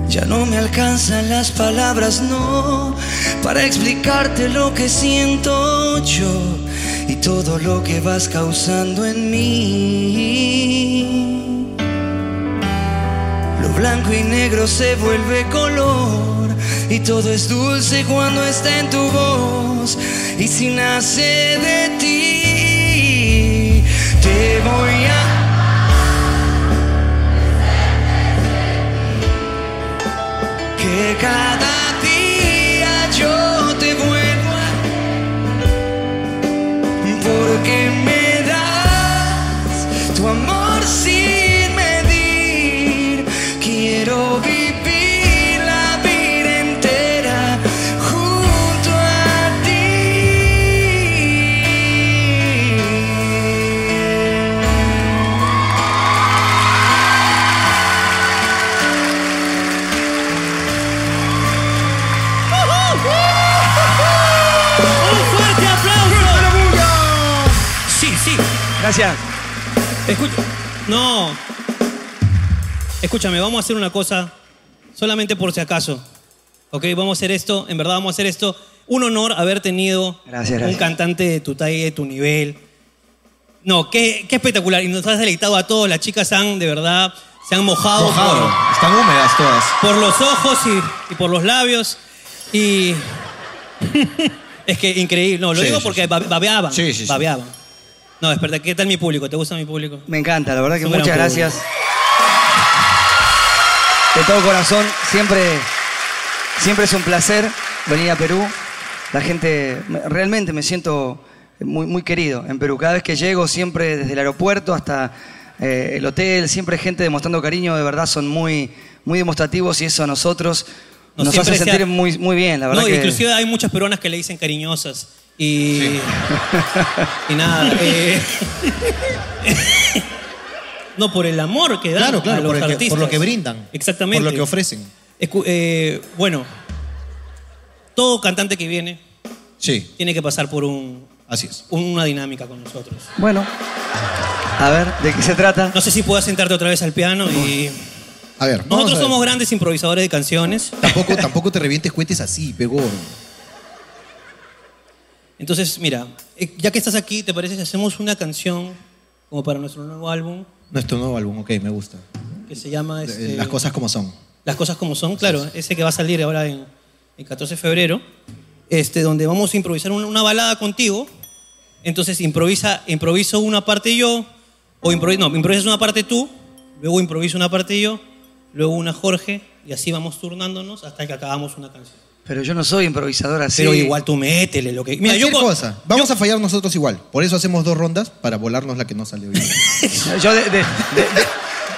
Ya no me alcanzan las palabras, no, para explicarte lo que siento yo y todo lo que vas causando en mí. Lo blanco y negro se vuelve color y todo es dulce cuando está en tu voz y si nace de ti te voy a que cada día yo te vuelvo a porque me das tu amor sin medir. Quiero vivir la vida entera junto a ti.
¡Un fuerte aplauso! Sí, sí. Gracias. Escucha. No. Escúchame, vamos a hacer una cosa. Solamente por si acaso. Ok, vamos a hacer esto. En verdad, vamos a hacer esto. Un honor haber tenido
Gracias,
un
gracias.
cantante de tu talla, de tu nivel. No, qué, qué espectacular. Y nos has deleitado a todos. Las chicas han, de verdad, se han mojado.
Mojado.
por-
Están húmedas todas.
por los ojos y, y por los labios. Y. es que increíble. No, lo
Sí,
digo
sí,
porque ba- babeaban.
Sí, sí, sí.
Babeaban. No, es verdad. ¿Qué tal mi público? ¿Te gusta mi público?
Me encanta, la verdad que
Es un gran
muchas
público.
gracias. De todo corazón, siempre, siempre es un placer venir a Perú. La gente, me- realmente me siento muy, muy querido en Perú. Cada vez que llego, siempre desde el aeropuerto hasta eh, el hotel, siempre gente demostrando cariño, de verdad son muy, muy demostrativos y eso a nosotros
No,
nos
siempre
hace
se
sentir
ha-
muy, muy bien, la verdad
No,
que...
inclusive hay muchas peruanas que le dicen cariñosas. Y. y nada. eh, no, por el amor que dan
Claro, claro,
a los
por el que- por
artistas.
lo que brindan.
Exactamente.
Por lo que ofrecen.
Escu- eh, bueno, todo cantante que viene
Sí,
tiene que pasar por un,
así es.
una dinámica con nosotros.
Bueno, a ver, ¿de qué se trata?
No sé si puedas sentarte otra vez al piano y...
A ver, vamos
Nosotros
a ver.
somos grandes improvisadores de canciones.
Tampoco, tampoco te revientes cohetes así, pegón.
Entonces, mira, eh, ya que estás aquí, ¿te parece si hacemos una canción como para nuestro nuevo álbum
Nuestro nuevo álbum, ok, me gusta.
que se llama... este,
Las cosas como son.
Las cosas como son, claro. Ese que va a salir ahora en, el 14 de febrero. Este, donde vamos a improvisar una, una balada contigo. Entonces, improvisa, improviso una parte yo, o improviso, no, improvisas una parte tú, luego improviso una parte yo, luego una Jorge, y así vamos turnándonos hasta que acabamos una canción.
Pero yo no soy improvisador así.
Pero igual tú métele lo que... Mira, yo
Eh, Cualquier
co-
cosa. Vamos a fallar nosotros igual. Por eso hacemos dos rondas para volarnos la que no sale hoy.
yo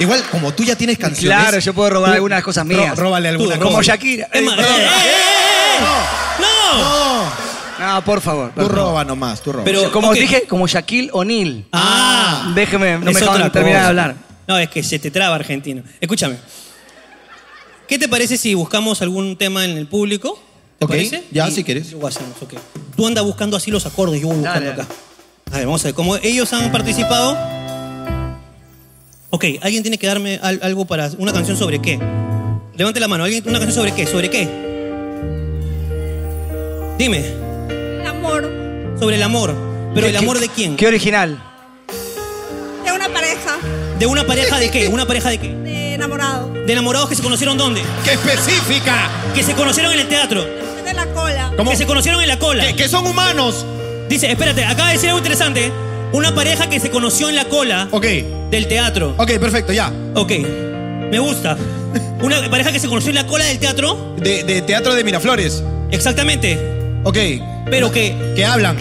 Igual, como tú ya tienes canciones.
Claro, yo puedo robar
tú-
algunas cosas mías.
Ró- Róbale alguna
Como
cosa.
Shakira.
Es más, eh,
¡No!
¡No! No, por favor.
Tú roba nomás, tú roba.
Pero, como dije, como Shaquille O'Neal.
Ah.
Déjeme, no
Es
me
otra
dejaron terminar de
cosa.
hablar.
No, es que se te traba argentino. Escúchame. ¿Qué te parece si buscamos algún tema en el público? ¿Te
Ok,
parece?
ya,
Y
si quieres.
Luego hacemos, ok. Tú andas buscando así los acordes, yo voy buscando acá. A ver, vamos a ver. Como ellos han participado. Ok, alguien tiene que darme al- algo para. ¿Una canción sobre qué? Levante la mano. ¿Alguien, ¿Una canción sobre qué? ¿Sobre qué? Dime.
El amor
Sobre el amor. ¿Pero el amor de quién?
¿Qué original?
de una pareja
¿De una pareja de qué? ¿Una pareja de qué?
de enamorado.
¿De enamorados que se conocieron dónde? ¡Qué específica! Que se conocieron en el teatro.
De la cola.
Que se conocieron en la cola. Que, son humanos. Dice, espérate, acaba de decir algo interesante. Una pareja que se conoció en la cola. Del teatro.
Ok, perfecto, ya.
Ok. Me gusta. Una pareja que se conoció en la cola del teatro.
De, de Teatro de Miraflores.
Exactamente.
Ok.
Pero que.
Que hablan.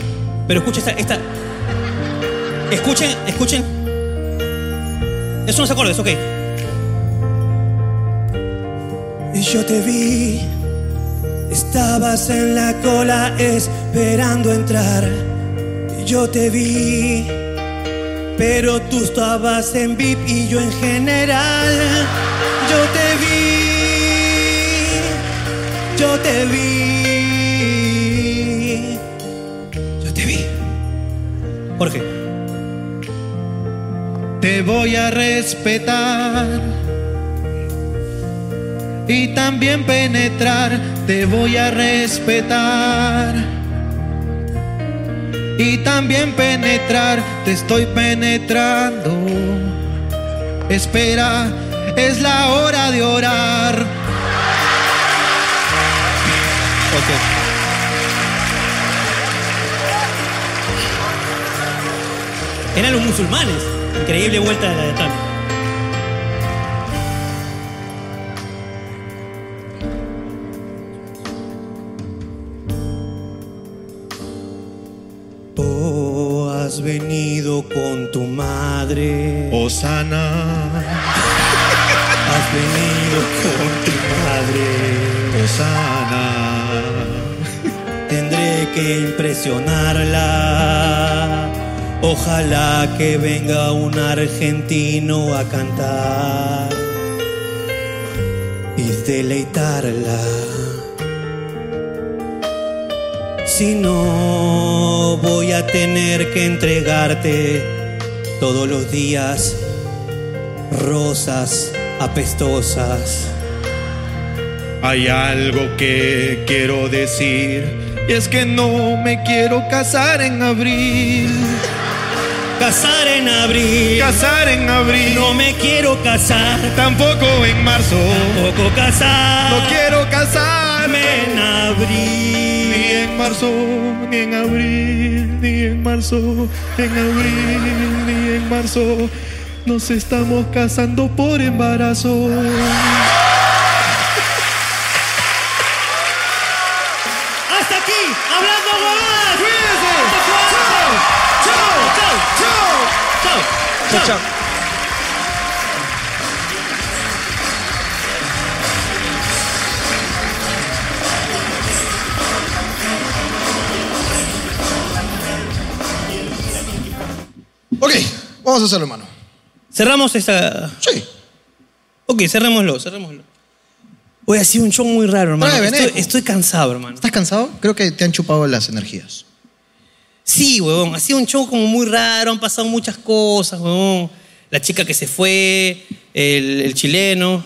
Pero escucha esta. esta- Escuchen, escuchen. Esos son los acordes, ok.
Y yo te vi, estabas en la cola esperando entrar. Y yo te vi, pero tú estabas en VIP y yo en general. Yo te vi, yo te vi. Yo te vi.
Jorge.
Te voy a respetar y también penetrar. Te voy a respetar y también penetrar. Te estoy penetrando. Espera, es la hora de orar.
ok. Eran los musulmanes. Increíble vuelta de la de Tami.
Oh, has venido con tu madre. Osana. Has venido con tu madre. Osana. Tendré que impresionarla. Ojalá que venga un argentino a cantar y deleitarla. Si no, voy a tener que entregarte todos los días rosas apestosas.
Hay algo que quiero decir y es que no me quiero casar en abril.
Casar en abril.
Casar en abril.
No me quiero casar.
Tampoco en marzo.
Tampoco casar.
No quiero casarme
en abril.
Ni en marzo, ni en abril, ni en marzo, en abril, ni en marzo. Nos estamos casando por embarazo.
Hasta aquí, hablando huevadas. Chao, chao, chao, chao, chao.
Ok, vamos a hacerlo, hermano.
Cerramos esta. Sí. Ok, cerrémoslo, cerrémoslo.
Hoy ha sido un show muy raro,
hermano. Estoy- cansado, hermano.
¿Estás cansado? Creo que te han chupado las energías.
Sí, huevón, ha sido un show como muy raro, han pasado muchas cosas, huevón. La chica que se fue, el, el chileno.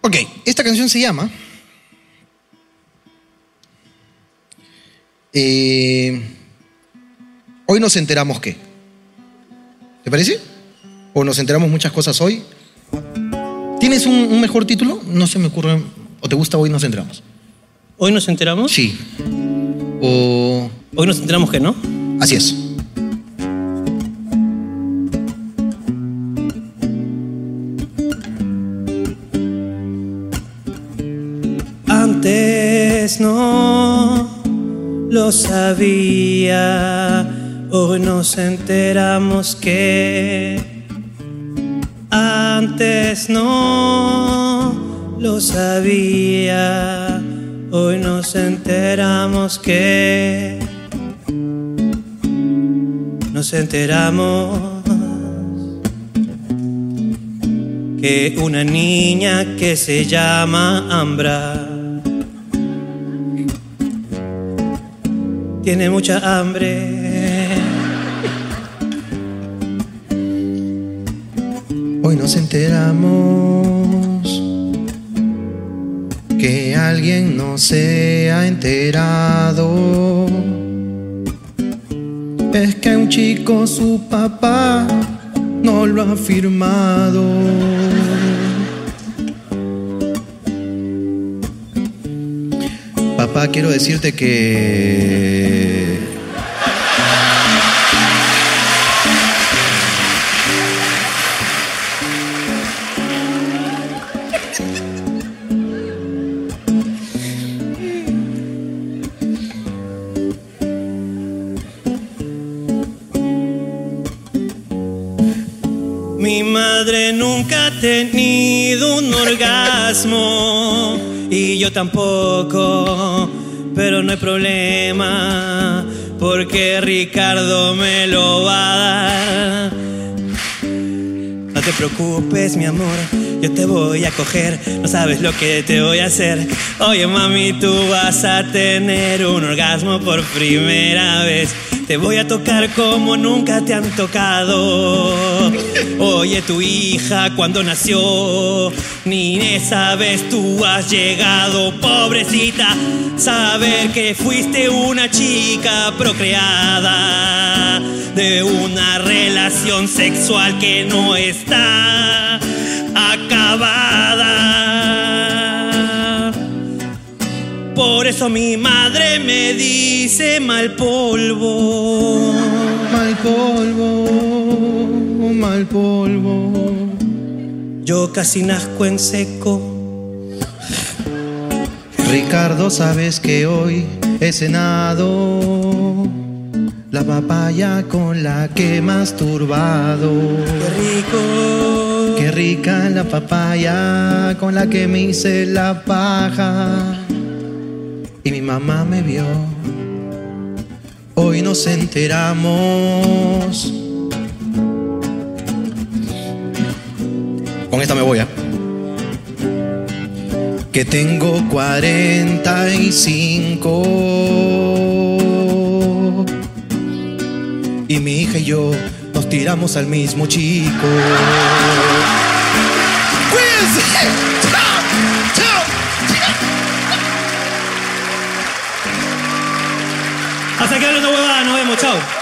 Ok, esta canción se llama. eh, hoy nos enteramos qué. ¿Te parece? ¿O nos enteramos muchas cosas hoy? ¿Tienes un, un mejor título? No se me ocurre. ¿O te gusta Hoy nos enteramos?
¿Hoy nos enteramos?
Sí. O.
Hoy nos enteramos que no.
Así es.
Antes no lo sabía, hoy nos enteramos que antes no lo sabía, hoy nos enteramos que nos enteramos que una niña que se llama Ambra tiene mucha hambre.
Hoy nos enteramos que alguien no se ha enterado.
Es que un chico, su papá, no lo ha firmado.
Papá, quiero decirte que...
Mi madre nunca ha tenido un orgasmo y yo tampoco, pero no hay problema porque Ricardo me lo va a dar. No te preocupes, mi amor, yo te voy a coger, no sabes lo que te voy a hacer. Oye, mami, tú vas a tener un orgasmo por primera vez. Te voy a tocar como nunca te han tocado. Oye, tu hija cuando nació, ni de sabes tú has llegado, pobrecita. Saber que fuiste una chica procreada de una relación sexual que no está acabada. eso mi madre me dice mal polvo. Mal polvo, mal polvo. Yo casi nazco en seco.
Ricardo, sabes que hoy he cenado la papaya con la que masturbado. Qué rico. Qué rica la papaya con la que me hice la paja. Y mi mamá me vio. Hoy nos enteramos.
Con esta me voy, ¿ah?
que tengo 45 y mi hija y yo nos tiramos al mismo chico.
Hasta que hablo de huevada, nos vemos, chao.